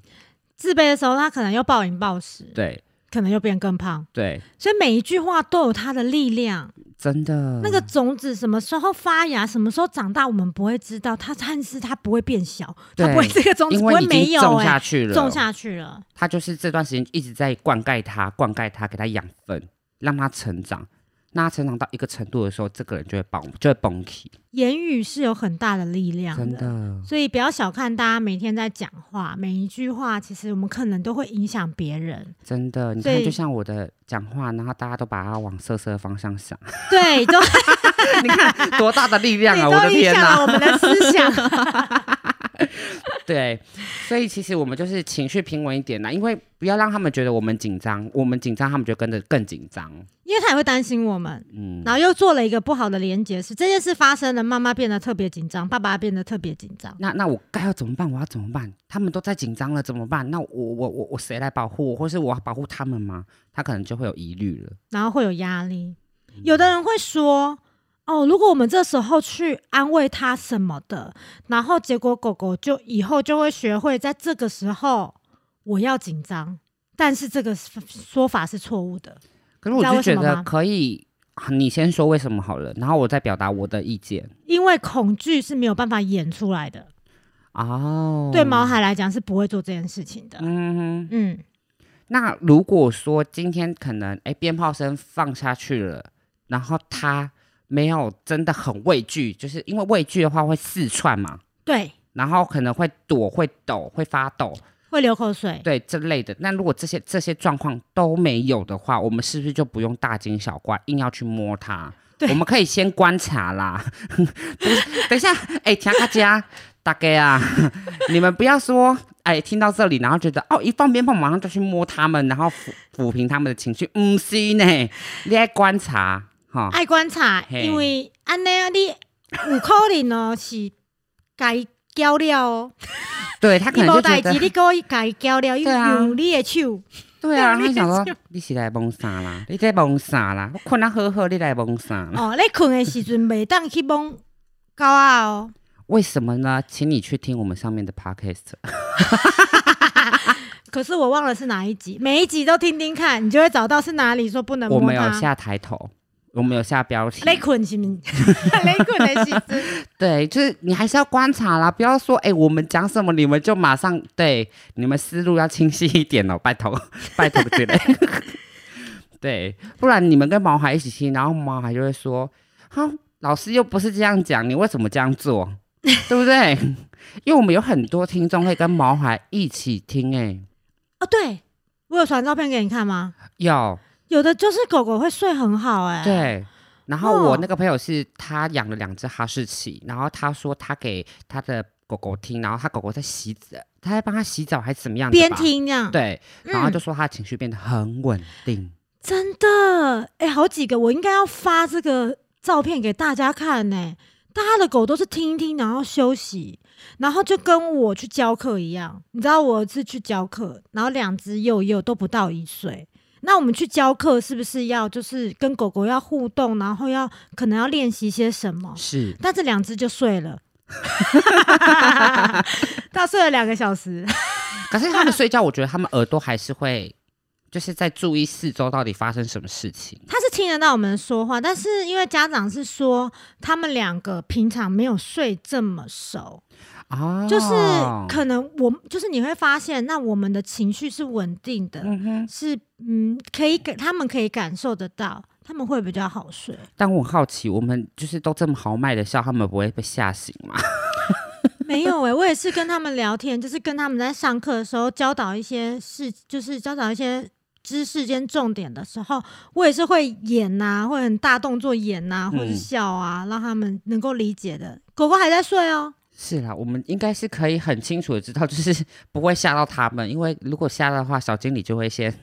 Speaker 1: 自卑的时候，他可能又暴饮暴食，
Speaker 2: 对
Speaker 1: 可能又变更胖。
Speaker 2: 对，
Speaker 1: 所以每一句话都有它的力量。
Speaker 2: 真的
Speaker 1: 那个种子什么时候发芽，什么时候长大，我们不会知道。它但是它不会变小，它
Speaker 2: 对
Speaker 1: 不会这个种子
Speaker 2: 因
Speaker 1: 不
Speaker 2: 为
Speaker 1: 会
Speaker 2: 已
Speaker 1: 没
Speaker 2: 经
Speaker 1: 有
Speaker 2: 种
Speaker 1: 哎、
Speaker 2: 下去了，
Speaker 1: 种下去了。
Speaker 2: 他就是这段时间一直在灌溉他，灌溉他，给他养分，让他成长。那他成长到一个程度的时候，这个人就会崩，就会崩起，
Speaker 1: 言语是有很大的力量
Speaker 2: 真的。
Speaker 1: 所以不要小看大家每天在讲话，每一句话其实我们可能都会影响别人，
Speaker 2: 真的，你
Speaker 1: 所
Speaker 2: 看，
Speaker 1: 以
Speaker 2: 就像我的讲话，然后大家都把它往色色的方向想， <laughs>
Speaker 1: 对，都
Speaker 2: 你看多大的力量
Speaker 1: 你
Speaker 2: 啊！我
Speaker 1: 都
Speaker 2: 的
Speaker 1: 影
Speaker 2: 天
Speaker 1: 响
Speaker 2: 哪、
Speaker 1: 了我们的思想。
Speaker 2: 对，所以其实我们就是情绪平稳一点啦，因为不要让他们觉得我们紧张，我们紧张，他们就跟着更紧张。
Speaker 1: 因为他也会担心我们，
Speaker 2: 嗯，
Speaker 1: 然后又做了一个不好的连结，是这件事发生了，妈妈变得特别紧张，爸爸变得特别紧张。
Speaker 2: 那那我该要怎么办？我要怎么办？他们都在紧张了，怎么办？那我我我我谁来保护我，或是我要保护他们吗？他可能就会有疑虑了。
Speaker 1: 然后会有压力。
Speaker 2: 嗯
Speaker 1: 有的人会说：“哦，如果我们这时候去安慰他什么的，然后结果狗狗就以后就会学会在这个时候我要紧张。”但是这个说法是错误的。
Speaker 2: 可是我
Speaker 1: 知道
Speaker 2: 就
Speaker 1: 为什
Speaker 2: 觉
Speaker 1: 么
Speaker 2: 得
Speaker 1: 吗
Speaker 2: 可以，啊你先说为什么好了，然后我再表达我的意见。
Speaker 1: 因为恐惧是没有办法演出来的，
Speaker 2: 哦，
Speaker 1: 对毛？孩来讲是不会做这件事情的。
Speaker 2: 嗯哼，
Speaker 1: 嗯，
Speaker 2: 那如果说今天可能哎鞭炮声放下去了，然后他没有真的很畏惧，就是因为畏惧的话会四窜嘛，
Speaker 1: 对，
Speaker 2: 然后可能会躲、会抖、会发抖，
Speaker 1: 会流口水。
Speaker 2: 对这类的。那如果这些这些状况都没有的话，我们是不是就不用大惊小怪，硬要去摸它？
Speaker 1: 对
Speaker 2: 我们可以先观察啦。 <laughs> 不是等一下，哎、田大家，大概啊， <laughs> 你们不要说，哎、听到这里，然后觉得哦，一放鞭炮马上就去摸他们，然后抚抚平他们的情绪，嗯，是呢，你在观察哈。
Speaker 1: 爱观察，
Speaker 2: 啊嘿
Speaker 1: 因为安尼啊，你有可能哦是该交了
Speaker 2: <laughs>
Speaker 1: 哦。
Speaker 2: 对他可
Speaker 1: 你
Speaker 2: 能
Speaker 1: 无
Speaker 2: 就
Speaker 1: 代
Speaker 2: 觉
Speaker 1: 志，
Speaker 2: 得，
Speaker 1: 你给我改交了，又
Speaker 2: <laughs> 对啊
Speaker 1: 用你的手，
Speaker 2: 对啊，他想说你是来蒙啥啦？你在蒙啥啦？我困得好好，你来蒙啥啦？
Speaker 1: 哦，你困的时阵袂当去摸狗啊哦，
Speaker 2: 为什么呢？请你去听我们上面的 podcast。
Speaker 1: 可是我忘了是哪一集，每一集都听听看，你就会找到是哪里说不能
Speaker 2: 我
Speaker 1: 摸
Speaker 2: 们有
Speaker 1: 它。
Speaker 2: 下抬头，我们有下标题。
Speaker 1: 你困
Speaker 2: <laughs>
Speaker 1: 是不是？你困的时阵，
Speaker 2: 对，就是你还是要观察啦，不要说哎、我们讲什么你们就马上对，你们思路要清晰一点哦，拜 <laughs> 托，拜托之类。 <laughs> 对，不然你们跟毛孩一起听，然后毛孩就会说：“哈，老师又不是这样讲，你为什么这样做？ <laughs> 对不对？”因为我们有很多听众会跟毛孩一起听、
Speaker 1: 哦，对我有传照片给你看吗？
Speaker 2: 哎，有
Speaker 1: 有的就是狗狗会睡很好、哎，，
Speaker 2: 对。然后我
Speaker 1: 哦
Speaker 2: 那个朋友是他养了两只哈士奇，然后他说他给他的狗狗听，然后他狗狗在洗澡，他在帮他洗澡还是怎么样？
Speaker 1: 边，听这样，
Speaker 2: 对，
Speaker 1: 嗯，
Speaker 2: 然后就说他的情绪变得很稳定。
Speaker 1: 真的，哎、好几个，我应该要发这个照片给大家看呢、大家的狗都是听一听，然后休息，然后就跟我去教课一样。你知道我是去教课，然后两只幼幼都不到一岁。那我们去教课是不是要就是跟狗狗要互动，然后要可能要练习些什么？
Speaker 2: 是，
Speaker 1: 但这两只就睡了， <laughs> 它睡了两个小时。
Speaker 2: 可是他们睡觉，我觉得他们耳朵还是会，就是在注意四周到底发生什么事情。
Speaker 1: 他是听得到我们说话，但是因为家长是说他们两个平常没有睡这么熟，
Speaker 2: 哦，
Speaker 1: 就是可能我就是你会发现，那我们的情绪是稳定的，
Speaker 2: 嗯哼。
Speaker 1: 是嗯可以给他们可以感受得到，他们会比较好睡。
Speaker 2: 但我很好奇，我们就是都这么豪迈的笑，他们不会被吓醒吗？
Speaker 1: 没有欸诶、我也是跟他们聊天，就是跟他们在上课的时候教导一些事，就是教导一些知识跟重点的时候，我也是会演呐、会很大动作演呐、或者是
Speaker 2: 嗯
Speaker 1: 笑啊，让他们能够理解的。狗狗还在睡哦、
Speaker 2: 是啦，我们应该是可以很清楚的知道，就是 <laughs> 不会吓到他们，因为如果吓到的话，小经理就会先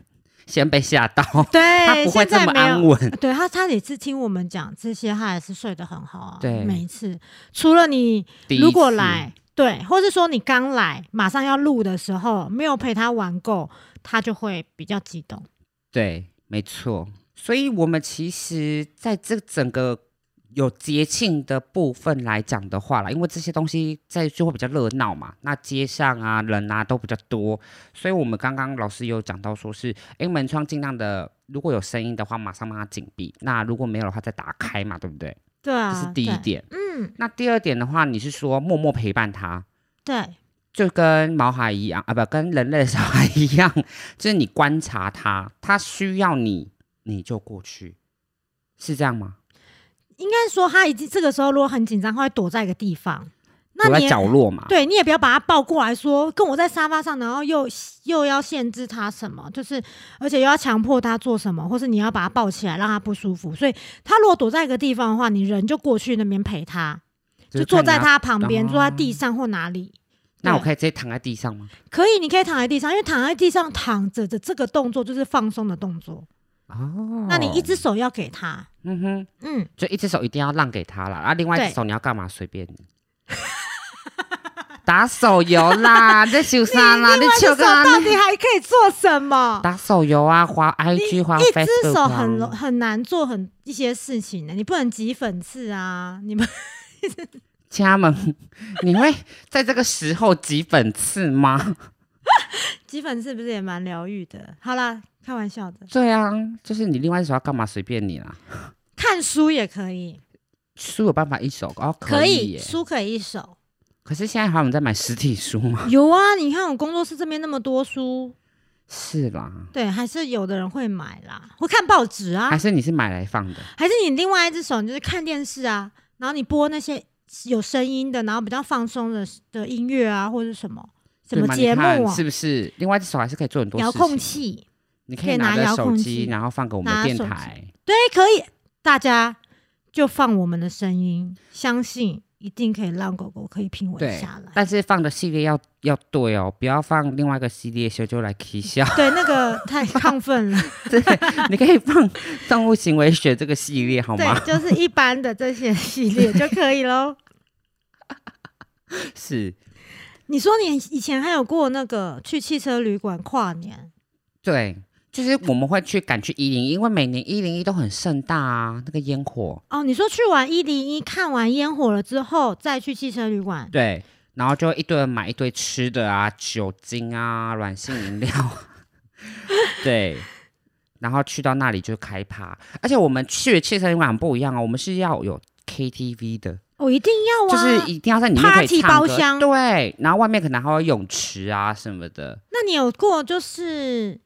Speaker 2: 先被吓到，他
Speaker 1: 对，
Speaker 2: 不会
Speaker 1: 现
Speaker 2: 这
Speaker 1: 在
Speaker 2: 么
Speaker 1: 没
Speaker 2: 安
Speaker 1: 有。
Speaker 2: 稳。
Speaker 1: 对他，他也是听我们讲这些，他也是睡得很好啊。
Speaker 2: 对
Speaker 1: 每一次，除了你
Speaker 2: 第一
Speaker 1: 如果
Speaker 2: 次
Speaker 1: 来，，对，或是说你刚来，马上要录的时候，没有陪他玩够，他就会比较激动。
Speaker 2: 对，没错，所以我们其实在这整个有节庆的部分来讲的话啦，因为这些东西在就会比较热闹嘛，那街上啊人啊都比较多，所以我们刚刚老师有讲到说是，哎，门窗尽量的，如果有声音的话，马上把它紧闭；那如果没有的话，再打开嘛，对不对？
Speaker 1: 对
Speaker 2: 这
Speaker 1: 啊，
Speaker 2: 是第一
Speaker 1: 对，
Speaker 2: 点。
Speaker 1: 嗯，
Speaker 2: 那第二点的话，你是说默默陪伴他，
Speaker 1: 对，
Speaker 2: 就跟毛孩一样啊，不跟人类的小孩一样，就是你观察他，他需要你，你就过去，是这样吗？
Speaker 1: 应该说他已经这个时候如果很紧张，他会躲在一个地方。那
Speaker 2: 躲在
Speaker 1: 你也
Speaker 2: 角落嘛。
Speaker 1: 对你也不要把他抱过来说跟我在沙发上，然后又又要限制他什么，就是而且又要强迫他做什么，或是你要把他抱起来让他不舒服。所以他如果躲在一个地方的话，你人就过去那边陪他，就
Speaker 2: 就
Speaker 1: 是坐
Speaker 2: 看
Speaker 1: 在他旁边，
Speaker 2: 哦
Speaker 1: 坐在地上或哪里。
Speaker 2: 那我
Speaker 1: 对
Speaker 2: 可以直接躺在地上吗？
Speaker 1: 可以，你可以躺在地上，因为躺在地上躺着的这个动作就是放松的动作。
Speaker 2: 哦，
Speaker 1: 那你一只手要给他，
Speaker 2: 嗯哼，
Speaker 1: 嗯，
Speaker 2: 就一只手一定要让给他啦，啊，另外一只手你要干嘛随便你。打手游啦，
Speaker 1: <laughs>
Speaker 2: 在修啥啦？你
Speaker 1: 另外一只
Speaker 2: 求
Speaker 1: 手
Speaker 2: 干嘛
Speaker 1: 到
Speaker 2: 呢
Speaker 1: 底还可以做什么？
Speaker 2: 打手游啊，滑 IG 滑
Speaker 1: 一只
Speaker 2: Facebook
Speaker 1: 手
Speaker 2: 啊
Speaker 1: 很容很难做很一些事情的、你不能挤粉刺啊，你们 <laughs>
Speaker 2: 家门， <laughs> 你会在这个时候挤粉刺
Speaker 1: <laughs>
Speaker 2: 吗？
Speaker 1: 挤粉刺不是也蛮疗愈的？好啦，开玩笑的，
Speaker 2: 对啊，就是你另外一手要干嘛随便你啦。
Speaker 1: 看书也可以，
Speaker 2: 书有办法一手哦，
Speaker 1: 可
Speaker 2: 以
Speaker 1: 以
Speaker 2: 耶。
Speaker 1: 书可以一手。
Speaker 2: 可是现在还有人在买实体书吗？
Speaker 1: 有啊，你看我工作室这边那么多书，
Speaker 2: 是啦，
Speaker 1: 对，还是有的人会买啦，会看报纸啊
Speaker 2: 还，是你是买来放的？
Speaker 1: 还是你另外一只手你就是看电视啊，然后你播那些有声音的，然后比较放松的的音乐啊，或者什么什
Speaker 2: 对
Speaker 1: 么
Speaker 2: 嘛
Speaker 1: 节目
Speaker 2: 你看
Speaker 1: 啊
Speaker 2: 是，不是？另外一只手还是可以做很多
Speaker 1: 遥
Speaker 2: 事
Speaker 1: 控
Speaker 2: 情。
Speaker 1: 器，
Speaker 2: 你
Speaker 1: 可
Speaker 2: 可
Speaker 1: 以
Speaker 2: 以
Speaker 1: 拿
Speaker 2: 着
Speaker 1: 遥控
Speaker 2: 手
Speaker 1: 器
Speaker 2: 机，然后放给我们
Speaker 1: 拿
Speaker 2: 的电
Speaker 1: 手机
Speaker 2: 台。
Speaker 1: 对，哎可以，大家就放我们的声音，相信一定可以让狗狗可以平稳
Speaker 2: 对
Speaker 1: 下来。
Speaker 2: 但是放的系列要要对哦，不要放另外一个系列修就来 k 笑。
Speaker 1: 对，那个太亢奋了。
Speaker 2: 对， <laughs> 你可以放动物行为学这个系列好吗？
Speaker 1: 对，就是一般的这些系列就可以
Speaker 2: <laughs>
Speaker 1: 喽。
Speaker 2: 是。
Speaker 1: 你说你以前还有过那个去汽车旅馆跨年，
Speaker 2: 对，就是我们会去赶去一零一，因为每年一零一都很盛大啊，那个烟火。
Speaker 1: 哦，你说去完一零一看完烟火了之后，再去汽车旅馆，
Speaker 2: 对，然后就一堆人买一堆吃的啊、酒精啊、软性饮料啊，对。 <laughs> 然后去到那里就开趴，而且我们去的汽车旅馆很不一样哦，我们是要有 KTV 的，
Speaker 1: 我、一定要
Speaker 2: 就
Speaker 1: 啊！
Speaker 2: 是一定要在里面可
Speaker 1: Party
Speaker 2: 以唱
Speaker 1: 包
Speaker 2: 歌
Speaker 1: 厢
Speaker 2: 对，然后外面可能还有泳池啊什么的。
Speaker 1: 那你有过就是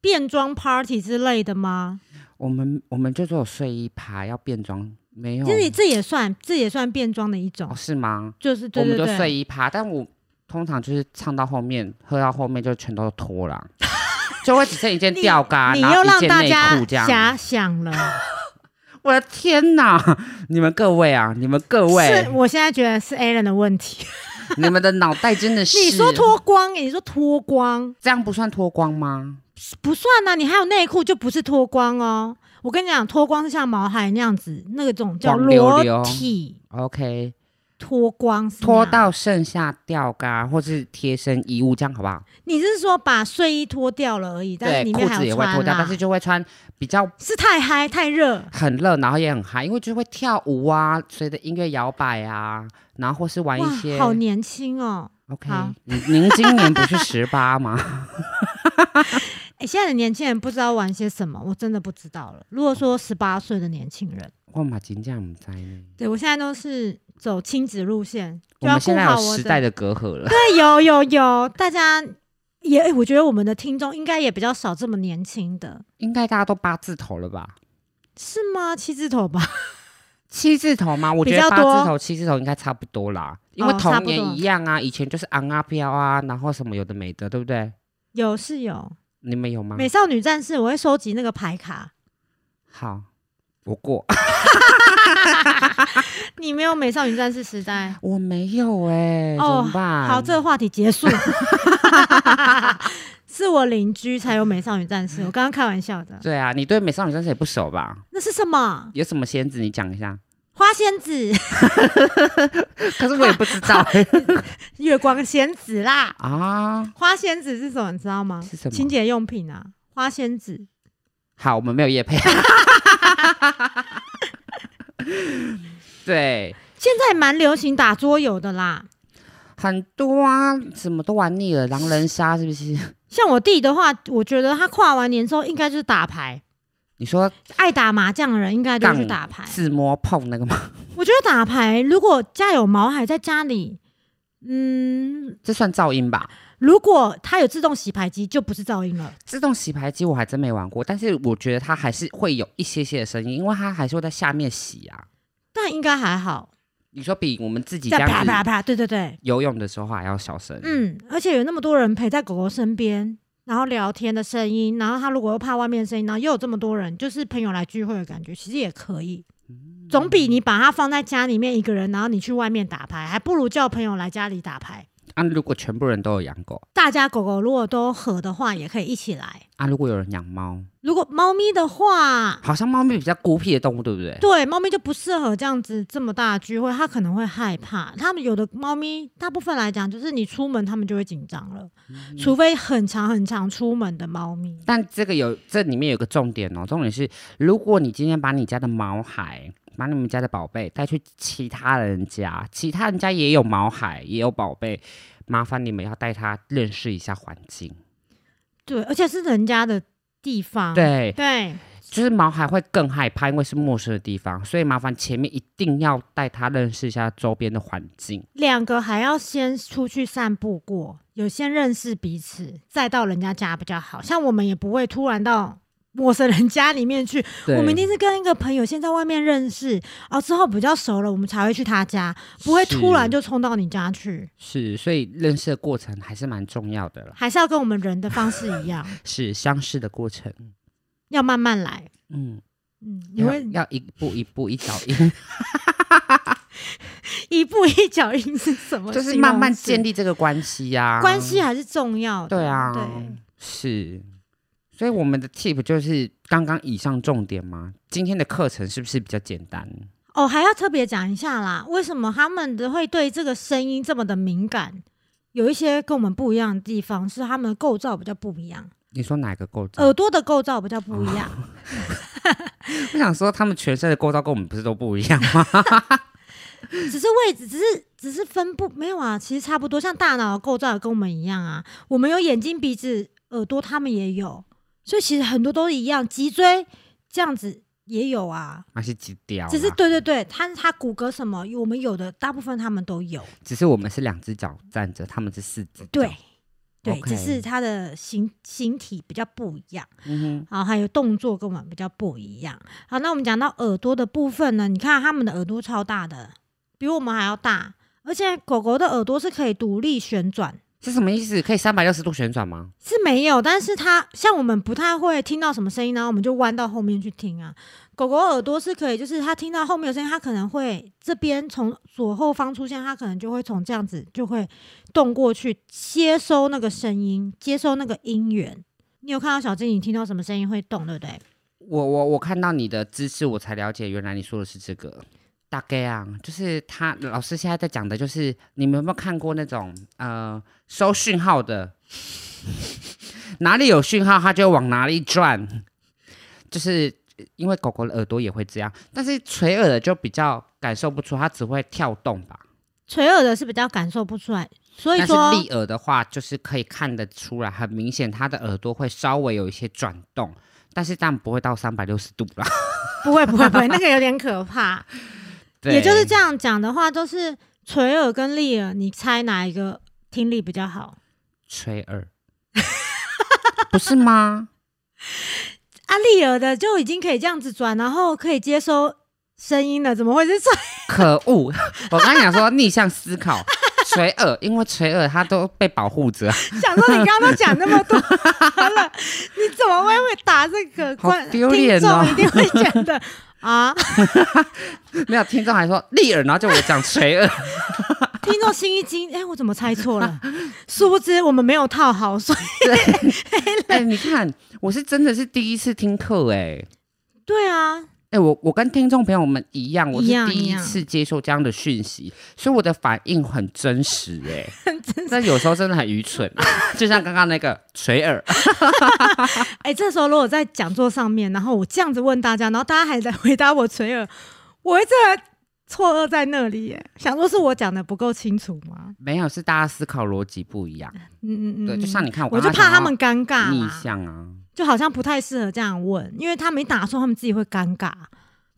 Speaker 1: 变装 party 之类的吗？
Speaker 2: 我们我们就只有睡衣趴，要变装没有
Speaker 1: 其实这也算，这也算变装的一种
Speaker 2: 哦，是吗？
Speaker 1: 就是
Speaker 2: 我
Speaker 1: 对
Speaker 2: 们
Speaker 1: 对
Speaker 2: 就
Speaker 1: 对，
Speaker 2: 睡一趴，但我通常就是唱到后面，喝到后面就全都脱了 <laughs> 啊，就会只剩一件
Speaker 1: 你
Speaker 2: 吊嘎，
Speaker 1: 你
Speaker 2: 然
Speaker 1: 又
Speaker 2: 后一
Speaker 1: 让
Speaker 2: 件
Speaker 1: 大
Speaker 2: 内
Speaker 1: 家
Speaker 2: 裤这样。
Speaker 1: 遐想
Speaker 2: <laughs>
Speaker 1: 了，
Speaker 2: 我的天哪！你们各位啊，你们各
Speaker 1: 是
Speaker 2: 位，
Speaker 1: 我现在觉得是 Alan 的问题。
Speaker 2: 你们的脑袋真的是……
Speaker 1: <laughs> 你说脱光、欸，你说脱光
Speaker 2: 这样不算脱光吗？
Speaker 1: 不算啊，你还有内裤就不是脱光哦。我跟你讲，脱光是像毛孩那样子，那个种叫
Speaker 2: 光溜
Speaker 1: 裸
Speaker 2: 溜
Speaker 1: 体
Speaker 2: OK，
Speaker 1: 脱光是那
Speaker 2: 脱
Speaker 1: 样，
Speaker 2: 到剩下吊嘎或是贴身衣物，这样好不好？
Speaker 1: 你是说把睡衣脱掉了而已，但是
Speaker 2: 对，
Speaker 1: 里
Speaker 2: 裤
Speaker 1: 面还
Speaker 2: 子也
Speaker 1: 有
Speaker 2: 会
Speaker 1: 穿啊
Speaker 2: 脱掉，
Speaker 1: 啦
Speaker 2: 但是就会穿比较
Speaker 1: 是太嗨太热，
Speaker 2: 很热，然后也很嗨，因为就会跳舞啊，随着音乐摇摆啊，然后或是玩
Speaker 1: 哇
Speaker 2: 一些，
Speaker 1: 好年轻哦。
Speaker 2: OK，
Speaker 1: 好
Speaker 2: 您您今年不是十八吗？ <laughs>
Speaker 1: 哎、现在的年轻人不知道玩些什么，我真的不知道了。如果说十八岁的年轻人。
Speaker 2: 我嘛真正唔知呢。
Speaker 1: 对我现在都是走亲子路线，
Speaker 2: 我
Speaker 1: 就要
Speaker 2: 们现
Speaker 1: 顾
Speaker 2: 在
Speaker 1: 好
Speaker 2: 有
Speaker 1: 我
Speaker 2: 时
Speaker 1: 的
Speaker 2: 代。的隔阂了，
Speaker 1: 对，有有有，大家也、哎诶我觉得我们的听众应该也比较少这么年轻的，
Speaker 2: 应该大家都八字头了吧？
Speaker 1: 是吗？七字头吧？ <laughs>
Speaker 2: 七字头吗？我
Speaker 1: 比
Speaker 2: 觉得
Speaker 1: 较
Speaker 2: 八
Speaker 1: 多
Speaker 2: 字头、七字头应该差不多啦，因为
Speaker 1: 哦差
Speaker 2: 童
Speaker 1: 不
Speaker 2: 年
Speaker 1: 多
Speaker 2: 一样啊，以前就是昂啊飘啊，然后什么有的没的，对不对？
Speaker 1: 有是有，
Speaker 2: 你们有吗？
Speaker 1: 美少女战士我会收集那个牌卡，
Speaker 2: 好，
Speaker 1: <laughs>
Speaker 2: 我过，
Speaker 1: 你没有美少女战士时
Speaker 2: <laughs>
Speaker 1: 代。
Speaker 2: 我没有哎、怎
Speaker 1: 哦
Speaker 2: 么办？
Speaker 1: 好，这个话题结
Speaker 2: <laughs>
Speaker 1: 束。是我邻居才有美少女战士，我刚刚开玩笑的。
Speaker 2: 对啊，你对美少女战士也不熟吧？
Speaker 1: 那是什么？
Speaker 2: 有什么仙子你讲一
Speaker 1: <laughs>
Speaker 2: 下？
Speaker 1: 花仙子、 <laughs>
Speaker 2: 可是我也不知道
Speaker 1: 月光仙子啦。
Speaker 2: 啊，
Speaker 1: 花仙子是什么？你知道吗？
Speaker 2: 是什么
Speaker 1: 清洁用品啊，花仙子。
Speaker 2: 好，我们没有夜配。 <laughs> 对，
Speaker 1: 现在蛮流行打桌游的啦。
Speaker 2: 很多啊，什么都玩腻了，狼人杀是不是？
Speaker 1: 像我弟的话，我觉得他跨完年之后应该就是打牌，
Speaker 2: 你说
Speaker 1: 爱打麻将的人应该都是打牌。
Speaker 2: 自摸碰那个吗？
Speaker 1: 我觉得打牌如果家有毛孩在家里，嗯，
Speaker 2: 这算噪音吧？
Speaker 1: 如果他有自动洗牌机，就不是噪音了。
Speaker 2: 自动洗牌机我还真没玩过，但是我觉得它还是会有一些些的声音，因为它还是会在下面洗啊。
Speaker 1: 但应该还好，
Speaker 2: 你说比我们自己这
Speaker 1: 在啪
Speaker 2: 样
Speaker 1: 啪
Speaker 2: 子
Speaker 1: 啪，对对对，
Speaker 2: 游泳的时候还要小声。
Speaker 1: 嗯，而且有那么多人陪在狗狗身边，然后聊天的声音，然后他如果又怕外面的声音，然后又有这么多人，就是朋友来聚会的感觉，其实也可以。总比你把它放在家里面一个人，然后你去外面打牌，还不如叫朋友来家里打牌。
Speaker 2: 啊，如果全部人都有养狗，
Speaker 1: 大家狗狗如果都合的话，也可以一起来。
Speaker 2: 啊，如果有人养猫，
Speaker 1: 如果猫咪的话，
Speaker 2: 好像猫咪比较孤僻的动物，对不对？
Speaker 1: 对，猫咪就不适合这样子这么大的聚会，它可能会害怕。它们有的猫咪，大部分来讲，就是你出门它们就会紧张了，除非很长很长出门的猫咪。
Speaker 2: 但这个有这里面有个重点哦，重点是，如果你今天把你家的毛孩，把你们家的宝贝带去其他人家，其他人家也有毛孩，也有宝贝，麻烦你们要带他认识一下环境。
Speaker 1: 对，而且是人家的地方。
Speaker 2: 对，
Speaker 1: 啊对，
Speaker 2: 就是毛孩会更害怕，因为是陌生的地方，所以麻烦前面一定要带他认识一下周边的环境。
Speaker 1: 两个还要先出去散步过，有先认识彼此，再到人家家比较好。像我们也不会突然到陌生人家里面去，
Speaker 2: 对
Speaker 1: 我们一定是跟一个朋友先在外面认识，哦，之后比较熟了，我们才会去他家，不会突然就冲到你家去，
Speaker 2: 是，所以认识的过程还是蛮重要的啦，
Speaker 1: 还是要跟我们人的方式一样，
Speaker 2: 是相识的过程。
Speaker 1: 要慢慢来。
Speaker 2: 嗯，
Speaker 1: 嗯，你
Speaker 2: 要
Speaker 1: 会
Speaker 2: 要一步一步一脚印，
Speaker 1: 一步一脚印是什么？
Speaker 2: 就是慢慢建
Speaker 1: 立
Speaker 2: 立这个关系呀、
Speaker 1: 关系还是重要的。
Speaker 2: 对啊，
Speaker 1: 对，
Speaker 2: 是。所以我们的 tip 就是刚刚以上重点吗？今天的课程是不是比较简单？
Speaker 1: 哦，还要特别讲一下啦，为什么他们的会对这个声音这么的敏感？有一些跟我们不一样的地方是他们的构造比较不一样，
Speaker 2: 你说哪个构造？
Speaker 1: 耳朵的构造比较不一样。
Speaker 2: 我想说他们全身的构造跟我们不是都不一样吗？ <laughs>
Speaker 1: 只是位置，只是只是分布没有啊，其实差不多。像大脑的构造也跟我们一样啊，我们有眼睛、鼻子、耳朵，他们也有，所以其实很多都一样。脊椎这样子也有啊，
Speaker 2: 还是几雕啊？
Speaker 1: 只是对对对，它它骨骼什么，我们有的大部分他们都有。
Speaker 2: 只是我们是两只脚站着，他们是四只脚。
Speaker 1: 对，对，
Speaker 2: OK
Speaker 1: 只是它的形形体比较不一样，
Speaker 2: 嗯
Speaker 1: 然后还有动作跟我们比较不一样。好，那我们讲到耳朵的部分呢，你看它们的耳朵超大的，比我们还要大，而且狗狗的耳朵是可以独立旋转。
Speaker 2: 哼，是什么意思？可以三百六十度旋转吗？
Speaker 1: 是没有，但是它像我们不太会听到什么声音，然后我们就弯到后面去听啊。狗狗耳朵是可以，就是它听到后面有声音，它可能会这边从左后方出现，它可能就会从这样子就会动过去接收那个声音，接收那个音源。你有看到小精灵听到什么声音会动，对不对？
Speaker 2: 我我我看到你的知识，我才了解原来你说的是这个。大概啊，就是他老师现在在讲的，就是你们有没有看过那种呃收讯号的，哪里有讯号它就往哪里转，就是因为狗狗的耳朵也会这样，但是垂耳的就比较感受不出，它只会跳动吧。
Speaker 1: 垂耳的是比较感受不出来，所以
Speaker 2: 但是
Speaker 1: 说
Speaker 2: 立耳的话，就是可以看得出来，很明显它的耳朵会稍微有一些转动，但是但不会到三百六十度啦。 <laughs>
Speaker 1: 不会不会不会，那个有点可怕。
Speaker 2: 对
Speaker 1: 也就是这样讲的话，就是垂耳跟立耳，你猜哪一个听力比较好？
Speaker 2: 垂耳，不是吗？
Speaker 1: 啊，立耳的就已经可以这样子转，然后可以接收声音了，怎么会 <laughs> 是这？
Speaker 2: 可恶！我刚才想说逆向思考，垂耳，因为垂耳它都被保护着，
Speaker 1: 想说你刚刚都讲那么多完了，你怎么会会打这个？
Speaker 2: 好
Speaker 1: 观
Speaker 2: 丢脸哦
Speaker 1: 听众一定会觉得啊，
Speaker 2: 没有听众还说立耳，然后就我讲垂
Speaker 1: <laughs>
Speaker 2: 耳，
Speaker 1: 听众心一惊，哎、我怎么猜错了？殊不知我们没有套好，所以
Speaker 2: 对，哎，你看，我是真的是第一次听课哎、
Speaker 1: 对啊，
Speaker 2: 哎、我我跟听众朋友们一样，我是
Speaker 1: 一样
Speaker 2: 第
Speaker 1: 一
Speaker 2: 一
Speaker 1: 样
Speaker 2: 次接受这样的讯息，所以我的反应很真实、哎，但有时候真的很愚蠢，啊
Speaker 1: <laughs>
Speaker 2: 就像刚刚那个垂耳，
Speaker 1: 哎、这时候如果在讲座上面，然后我这样子问大家，然后大家还在回答我垂耳，我会真的错愕在那里耶，想说是我讲的不够清楚吗？
Speaker 2: 没有，是大家思考逻辑不一样。
Speaker 1: 嗯嗯嗯，
Speaker 2: 对，就像你看我
Speaker 1: 我
Speaker 2: 刚
Speaker 1: 就
Speaker 2: 刚讲到，
Speaker 1: 怕他们尴尬
Speaker 2: 逆
Speaker 1: 啦，
Speaker 2: 向啊。
Speaker 1: 就好像不太适合这样问，因为他没答的时候，他们自己会尴尬。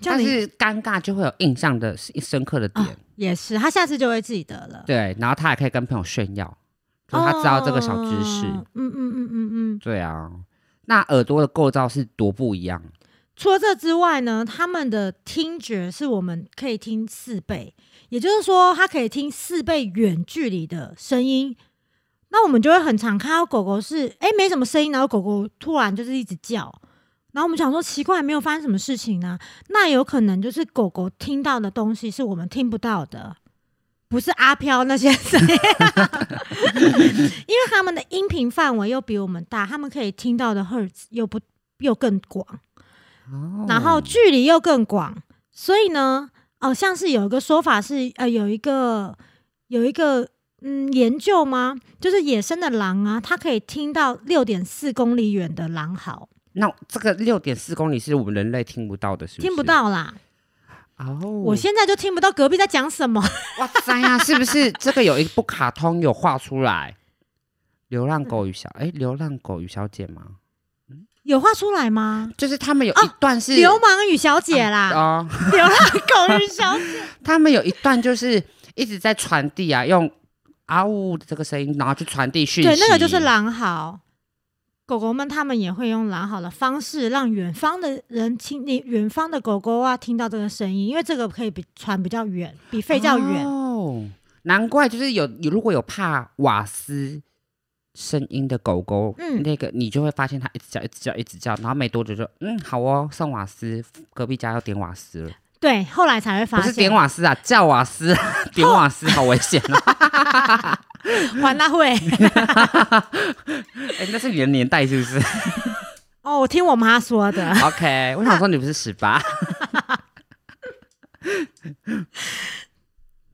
Speaker 1: 这样
Speaker 2: 但
Speaker 1: 你
Speaker 2: 是尴尬就会有印象的深刻的点，
Speaker 1: 啊也是，他下次就会记得了。
Speaker 2: 对，然后他还可以跟朋友炫耀，就是他知道这个小知识，
Speaker 1: 哦嗯嗯嗯嗯嗯。
Speaker 2: 对啊。那耳朵的构造是多不一样，
Speaker 1: 除了这之外呢，他们的听觉是我们可以听四倍，也就是说，它可以听四倍远距离的声音。那我们就会很常看到狗狗是哎、诶没什么声音，然后狗狗突然就是一直叫，然后我们想说奇怪，没有发生什么事情呢、那有可能就是狗狗听到的东西是我们听不到的，不是阿飘那些声音，因为他们的音频范围又比我们大，他们可以听到的 hertz 又不又更广。
Speaker 2: 哦
Speaker 1: 然后距离又更广，所以呢，哦，像是有一个说法是，呃，有一个有一个嗯研究吗？就是野生的狼啊，它可以听到六点四公里远的狼嚎，
Speaker 2: 那这个六点四公里是我们人类听不到的，是不是？
Speaker 1: 听不。到啦。
Speaker 2: 哦，
Speaker 1: 我现在就听不到隔壁在讲什
Speaker 2: <laughs>
Speaker 1: 么，
Speaker 2: 哇塞呀、是不是这个有一部卡通有画出来？流浪狗与小哎、流浪狗与小姐
Speaker 1: 哦
Speaker 2: 吗？
Speaker 1: 有画出来吗？
Speaker 2: 就是他们有一段是、
Speaker 1: 哦流氓与小姐
Speaker 2: 啊
Speaker 1: 啦，
Speaker 2: 哦，
Speaker 1: <laughs> 流浪狗与小姐，
Speaker 2: 他们有一段就是一直在传递啊，用啊呜这个声音，然后去传递讯息。
Speaker 1: 对，那个就是狼嚎。狗狗们他们也会用狼嚎的方式，让远方的人听你远方的狗狗啊听到这个声音，因为这个可以比传比较远，比吠较远。
Speaker 2: 哦，难怪就是有有如果有怕瓦斯声音的狗狗，
Speaker 1: 嗯
Speaker 2: 那个你就会发现它一直叫，一直叫，一直叫，然后没多久就嗯好哦，送瓦斯，隔壁家要点瓦斯了，
Speaker 1: 对，后来才会
Speaker 2: 不
Speaker 1: 发
Speaker 2: 是点
Speaker 1: 现，哦
Speaker 2: 瓦斯啊，叫瓦斯，点瓦斯好危险
Speaker 1: <laughs>
Speaker 2: 啊！
Speaker 1: 还哦那会
Speaker 2: 哎、那是你的年代是不
Speaker 1: <laughs>
Speaker 2: 是
Speaker 1: 哦，我听我妈说的。
Speaker 2: ？OK，我想说你不是十八，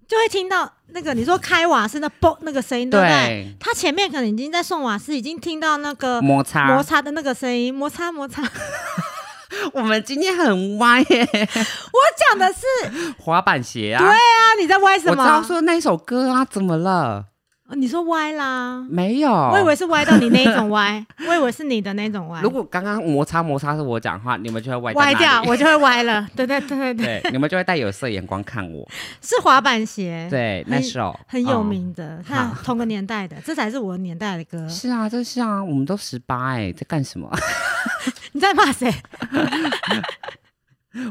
Speaker 1: 就会听到那个你说开瓦斯那嘣那个声音，对不对？
Speaker 2: 对，嗯
Speaker 1: 他前面可能已经在送瓦斯，已经听到那个
Speaker 2: 摩擦，
Speaker 1: 摩擦的那个声音，摩擦摩擦。 <laughs> 我
Speaker 2: 我们今天很歪耶，
Speaker 1: 讲的是
Speaker 2: 滑板鞋啊，
Speaker 1: 对啊，你在歪什
Speaker 2: 我
Speaker 1: 么？
Speaker 2: 知道说那一首歌啊，怎么了？
Speaker 1: 哦你说歪啦。
Speaker 2: 没有，
Speaker 1: 我以为是啊歪到你那一种歪， <laughs> 我以为是你的那种歪，
Speaker 2: 哦如果刚刚摩擦摩擦是我讲话，你们就会歪在
Speaker 1: 歪
Speaker 2: 那
Speaker 1: 掉
Speaker 2: 里
Speaker 1: 啊我就会歪了。对对对对对，
Speaker 2: <laughs> 对，你们就会带有色眼光看
Speaker 1: <laughs>
Speaker 2: 我。
Speaker 1: 是滑板鞋，，
Speaker 2: 对，那
Speaker 1: 很
Speaker 2: 首
Speaker 1: 很有
Speaker 2: 嗯
Speaker 1: 名的，看
Speaker 2: 好
Speaker 1: 同个年代的，这才是我年代的歌。
Speaker 2: 是啊，这是啊，我们都十八哎，在干什么？
Speaker 1: 你在骂谁？
Speaker 2: 嗯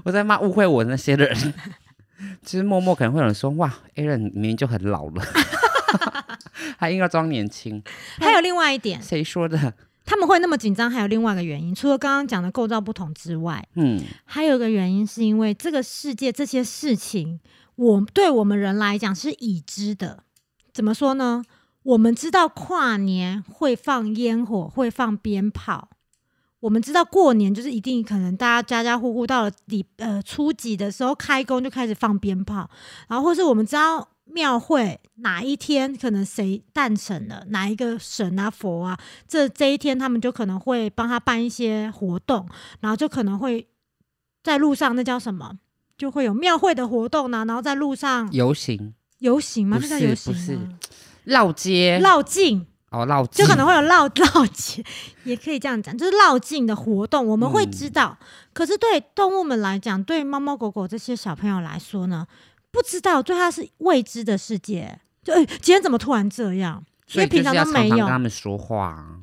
Speaker 2: 我在骂误会我那些人。 <laughs> 其实默默可能会有人说，哇，Aaron 明明就很老了， <laughs> 还硬要装年轻，
Speaker 1: 还有另外一点，
Speaker 2: 谁说的？
Speaker 1: 他们会那么紧张，还有另外一个原因，除了刚刚讲的构造不同之外，
Speaker 2: 嗯，
Speaker 1: 还有一个原因是因为这个世界这些事情，我对我们人来讲是已知的。怎么说呢？我们知道跨年会放烟火，会放鞭炮。我们知道过年就是一定可能大家家家户户到了礼呃初几的时候开工就开始放鞭炮，然后或是我们知道庙会哪一天可能谁诞辰了，哪一个神啊佛啊，这这一天他们就可能会帮他办一些活动，然后就可能会在路上那叫什么，就会有庙会的活动呢、啊然后在路上
Speaker 2: 游行
Speaker 1: 游行吗？
Speaker 2: 不
Speaker 1: 这叫
Speaker 2: 是
Speaker 1: 游
Speaker 2: 不
Speaker 1: 行
Speaker 2: 是
Speaker 1: 吗？
Speaker 2: 绕街
Speaker 1: 绕境
Speaker 2: 哦绕
Speaker 1: 就
Speaker 2: 街
Speaker 1: 可能会有绕绕境，也可以这样讲， <laughs> 就是绕境的活动，我们会
Speaker 2: 嗯
Speaker 1: 知道。可是对动物们来讲，对猫猫狗狗这些小朋友来说呢，不知道对它是未知的世界。就、哎，今天怎么突然这样？因
Speaker 2: 所
Speaker 1: 为
Speaker 2: 以就
Speaker 1: 平
Speaker 2: 是
Speaker 1: 常
Speaker 2: 要
Speaker 1: 都
Speaker 2: 常
Speaker 1: 没
Speaker 2: 常
Speaker 1: 有
Speaker 2: 跟他们说话啊。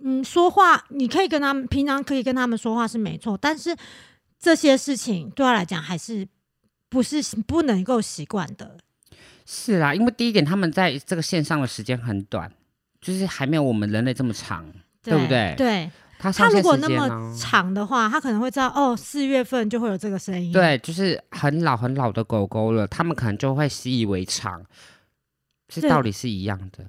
Speaker 1: 嗯，说话你可以跟他们平常可以跟他们说话是没错，但是这些事情对他来讲还是不是不能够习惯的。
Speaker 2: 是啦，因为第一点，他们在这个线上的时间很短，就是还没有我们人类这么长。对不对
Speaker 1: 对
Speaker 2: 他
Speaker 1: 他
Speaker 2: 上
Speaker 1: 如
Speaker 2: 线
Speaker 1: 果
Speaker 2: 时
Speaker 1: 那
Speaker 2: 间啊
Speaker 1: 么
Speaker 2: 呢？
Speaker 1: 长的话，他可能会知道哦，四月份就会有这个声音。，
Speaker 2: 对，就是很老很老的狗狗了，他们可能就会习以为常，这
Speaker 1: 对
Speaker 2: 道理是一样的，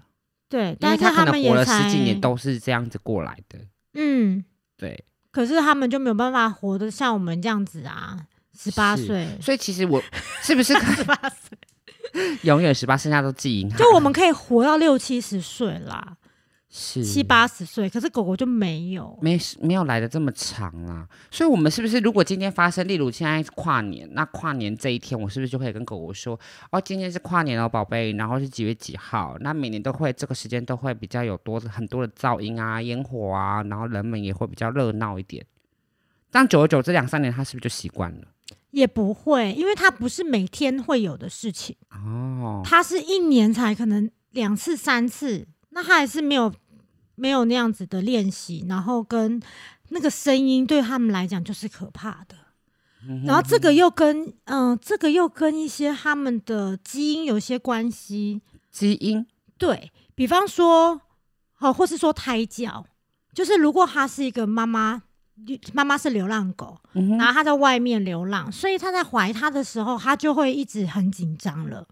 Speaker 1: 对，
Speaker 2: 因
Speaker 1: 但
Speaker 2: 为
Speaker 1: 是
Speaker 2: 他可
Speaker 1: 们
Speaker 2: 能活
Speaker 1: 也
Speaker 2: 了
Speaker 1: 才
Speaker 2: 十几年都是这样子过来的。
Speaker 1: 嗯，
Speaker 2: 对，
Speaker 1: 可是他们就没有办法活得像我们这样子啊，十八
Speaker 2: 是
Speaker 1: 岁，
Speaker 2: 所以其实我是不是可
Speaker 1: 十八岁， <laughs>
Speaker 2: 以永远十八，剩下都记啊银行？
Speaker 1: 就我们可以活到六七十岁啦，
Speaker 2: 是
Speaker 1: 七八十岁，可是狗狗就没有。
Speaker 2: 没没有来的这么长啦，所以我们是不是如果今天发生，例如现在跨年，那跨年这一天，我是不是就可以跟狗狗说，哦，今天是跨年哦，宝贝，然后是几月几号？那每年都会这个时间都会比较有多很多的噪音啊、烟火啊，然后人们也会比较热闹一点。但久而久之，两三年它是不是就习惯了？
Speaker 1: 也不会，因为它不是每天会有的事情，
Speaker 2: 哦，
Speaker 1: 它是一年才可能两次、三次，那它还是没有没有那样子的练习，然后跟那个声音对他们来讲就是可怕的。然后这个又跟嗯、这个又跟一些他们的基因有些关系，
Speaker 2: 基因
Speaker 1: 对比方说，哦，或是说胎教，就是如果它是一个妈妈，妈妈是流浪狗，
Speaker 2: 嗯
Speaker 1: 然后它在外面流浪，所以它在怀它的时候，它就会一直很紧张了。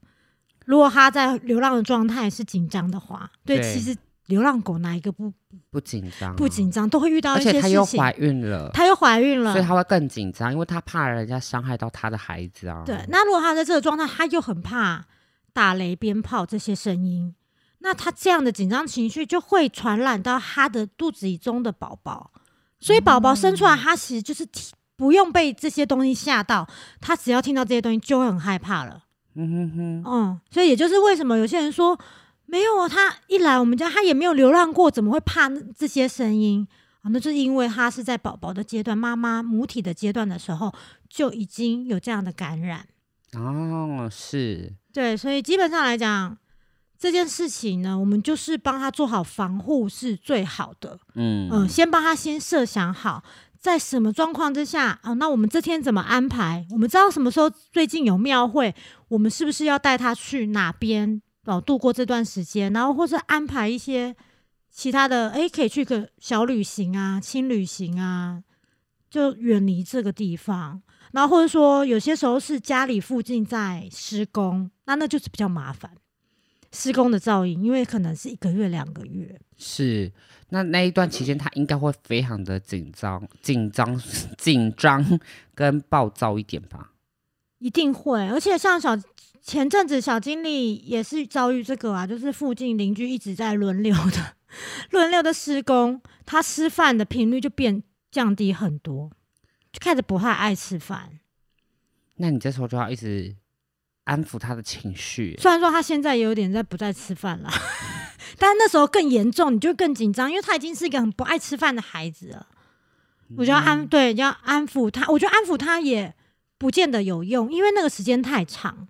Speaker 1: 如果它在流浪的状态是紧张的话，对，
Speaker 2: 对
Speaker 1: 其实流浪狗哪一个不
Speaker 2: 不紧张、
Speaker 1: 不紧，张，都会遇到
Speaker 2: 而
Speaker 1: 一些
Speaker 2: 且
Speaker 1: 事
Speaker 2: 它
Speaker 1: 情。
Speaker 2: 又怀孕了，
Speaker 1: 它又怀孕了
Speaker 2: 所以，它会更紧张，因为它怕人家伤害到它的孩子啊。
Speaker 1: 对，那如果他在这个状态，他又很怕打雷、鞭炮这些声音，那他这样的紧张情绪就会传染到他的肚子里中的宝宝，所以宝宝生出来，
Speaker 2: 嗯
Speaker 1: 他其实就是听不用被这些东西吓到，他只要听到这些东西就会很害怕了。
Speaker 2: 嗯哼哼。
Speaker 1: 嗯，所以也就是为什么有些人说没有啊，他一来我们家，他也没有流浪过，怎么会怕那这些声音？啊，那就是因为他是在宝宝的阶段、妈妈母体的阶段的时候就已经有这样的感染。
Speaker 2: 哦，是，
Speaker 1: 对，所以基本上来讲，这件事情呢，我们就是帮他做好防护是最好的。
Speaker 2: 嗯
Speaker 1: 嗯、先帮他先设想好，在什么状况之下啊、那我们这天怎么安排？我们知道什么时候最近有庙会，我们是不是要带他去哪边哦度过这段时间？然后或是安排一些其他的，诶，可以去个小旅行啊、轻旅行啊，就远离这个地方。然后或者说，有些时候是家里附近在施工，那那就是比较麻烦，施工的噪音，因为可能是一个月、两个月。
Speaker 2: 是。那那一段期间，他应该会非常的紧张、紧张、 <laughs> 紧张跟暴躁一点吧？
Speaker 1: 一定会，而且像小前阵子小经理也是遭遇这个啊，就是附近邻居一直在轮流的轮流的施工，他吃饭的频率就变降低很多，就开始不太爱吃饭。
Speaker 2: 那你这时候就要一直安抚他的情绪，
Speaker 1: 虽然说他现在也有点在不再吃饭了， <laughs> 但是那时候更严重，你就更紧张，因为他已经是一个很不爱吃饭的孩子了。我就要安对，要安抚他，我觉得安抚他也不见得有用，因为那个时间太长，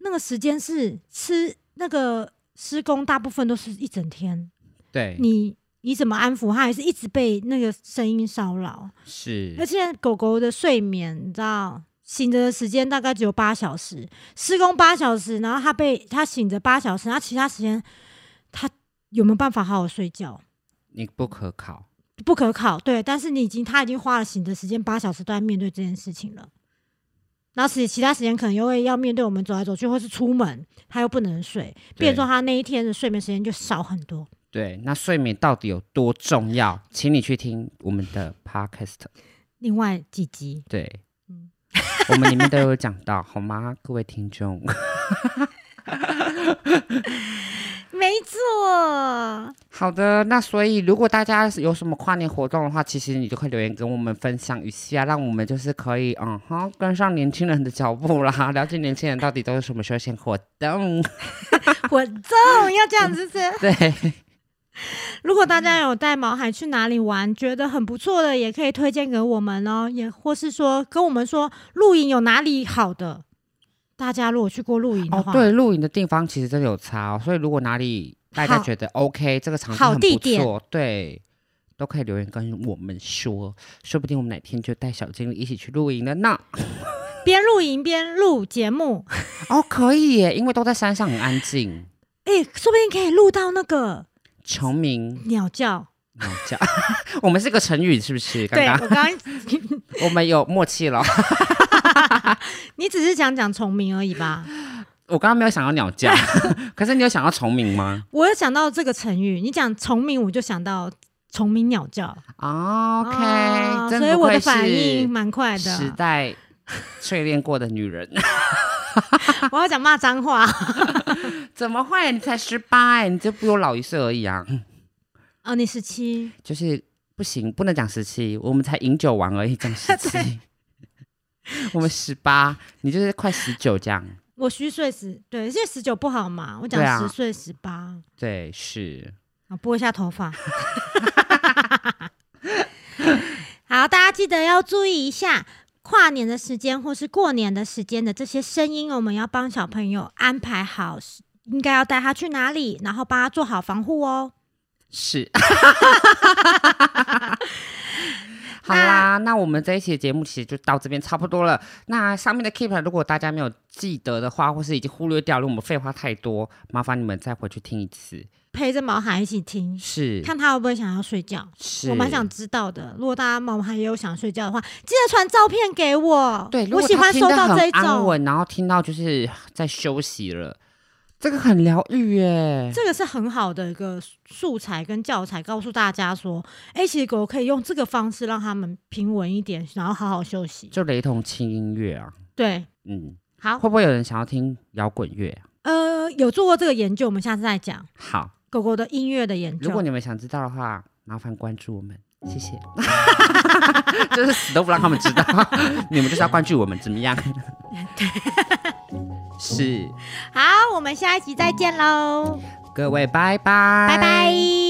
Speaker 1: 那个时间是吃那个施工，大部分都是一整天，
Speaker 2: 对，
Speaker 1: 你你怎么安抚他，还是一直被那个声音骚扰，而
Speaker 2: 是，
Speaker 1: 且狗狗的睡眠，你知道。醒着的时间大概只有八小时，施工八小时，然后他被他醒着八小时，那其他时间他有没有办法好好睡觉？
Speaker 2: 你不可靠。
Speaker 1: 不可考，对，但是你已经他已经花了醒的时间八小时都在面对这件事情了，然后其其他时间可能又会要面对我们走来走去，或是出门，他又不能睡，变成说他那一天的睡眠时间就少很多。
Speaker 2: 对，那睡眠到底有多重要？请你去听我们的 podcast，
Speaker 1: 另外几集，
Speaker 2: 对，
Speaker 1: 嗯
Speaker 2: 我们里面都有讲到，好吗，各位听众？
Speaker 1: 没 <laughs> 错，
Speaker 2: 好的，那所以如果大家有什么跨年活动的话，其实你就可以留言跟我们分享一下，让我们就是可以嗯哼跟上年轻人的脚步啦， <laughs> 了解年轻人到底都有什么休闲活动。 <laughs>
Speaker 1: 我中要这样子是。
Speaker 2: 对，
Speaker 1: 如果大
Speaker 2: 嗯
Speaker 1: 家有带毛孩去哪里玩，觉得很不错的，也可以推荐给我们哦，也或是说跟我们说露营有哪里好的。大家如果去过露营的
Speaker 2: 哦
Speaker 1: 话，
Speaker 2: 对，露营的地方其实真的有差、哦，所以如果哪里大家
Speaker 1: 好
Speaker 2: 觉得 OK，这个场地
Speaker 1: 好
Speaker 2: 很
Speaker 1: 地
Speaker 2: 不
Speaker 1: 点
Speaker 2: 错，对。都可以留言跟我们说，说不定我们哪天就带小精灵一起去露营了呢。
Speaker 1: 边露营边录节目，
Speaker 2: 哦，可以耶，因为都在山上很安静，
Speaker 1: 哎、说不定可以录到那个
Speaker 2: 虫鸣
Speaker 1: 鸟叫。
Speaker 2: 鸟叫。 <laughs> 我们是个成语是不是？刚
Speaker 1: 对
Speaker 2: 刚
Speaker 1: 我刚刚， <laughs>
Speaker 2: 我们有默契了。
Speaker 1: 你只是想讲虫鸣而已吧？
Speaker 2: 我刚刚没有想到鸟
Speaker 1: <laughs>
Speaker 2: 叫，可是你有想到虫鸣吗？
Speaker 1: 我有想到这个成语，你讲虫鸣，我就想到虫鸣鸟叫。
Speaker 2: 哦 OK，、
Speaker 1: 哦
Speaker 2: 真
Speaker 1: 所以
Speaker 2: 不
Speaker 1: 我的
Speaker 2: 愧
Speaker 1: 反
Speaker 2: 是
Speaker 1: 应蛮快
Speaker 2: 时
Speaker 1: 的。
Speaker 2: 代淬炼过的女人， <laughs>
Speaker 1: 我要讲骂脏话
Speaker 2: 怎么会？你才十八哎，你就比我老一岁而已啊！
Speaker 1: 哦，你十七，
Speaker 2: 就是不行，不能讲十七，我们才饮酒完而已，讲十
Speaker 1: <laughs>
Speaker 2: 七。 <laughs> 我们十八，你就是快十九这样。
Speaker 1: 我虚岁十，对，现在十九不好嘛，我
Speaker 2: 对
Speaker 1: 讲
Speaker 2: 啊
Speaker 1: 十岁十八，
Speaker 2: 对，是
Speaker 1: 啊，拨一下头发。 <laughs> 好，大家记得要注意一下跨年的时间或是过年的时间的这些声音，我们要帮小朋友安排好，应该要带他去哪里，然后帮他做好防护哦。
Speaker 2: 是。 <laughs> 好啦，那我们这一期的节目其实就到这边差不多了。那上面的 keep，如果啊大家没有记得的话，或是已经忽略掉了，我们废话太多，麻烦你们再回去听一次。
Speaker 1: 陪着毛孩一起听，
Speaker 2: 是，
Speaker 1: 看他会不会想要睡觉。
Speaker 2: 是，
Speaker 1: 我蛮想知道的，如果大家毛孩也有想睡觉的话，记得传照片给我。
Speaker 2: 对，如
Speaker 1: 我
Speaker 2: 果
Speaker 1: 喜
Speaker 2: 他
Speaker 1: 欢
Speaker 2: 听
Speaker 1: 收
Speaker 2: 得
Speaker 1: 到
Speaker 2: 很
Speaker 1: 这一
Speaker 2: 安
Speaker 1: 种，
Speaker 2: 稳，然后听到就是在休息了，这个很疗愈耶。
Speaker 1: 这个是很好的一个素材跟教材，告诉大家说，哎、其实狗可以用这个方式让他们平稳一点，然后好好休息。
Speaker 2: 就雷同轻音乐啊，
Speaker 1: 对，
Speaker 2: 嗯，
Speaker 1: 好，
Speaker 2: 会不会有人想要听摇滚乐啊？
Speaker 1: 呃，有做过这个研究，我们下次再讲
Speaker 2: 好，
Speaker 1: 狗狗的音乐的研
Speaker 2: 如
Speaker 1: 究。
Speaker 2: 果你们想知道的话，麻烦关注我们，谢谢。就是死都不让他们知道， <laughs> 你们就是要关注我们，怎么样？是， <laughs>
Speaker 1: 好，我们下一集再见喽，
Speaker 2: 各位拜拜，
Speaker 1: 拜拜。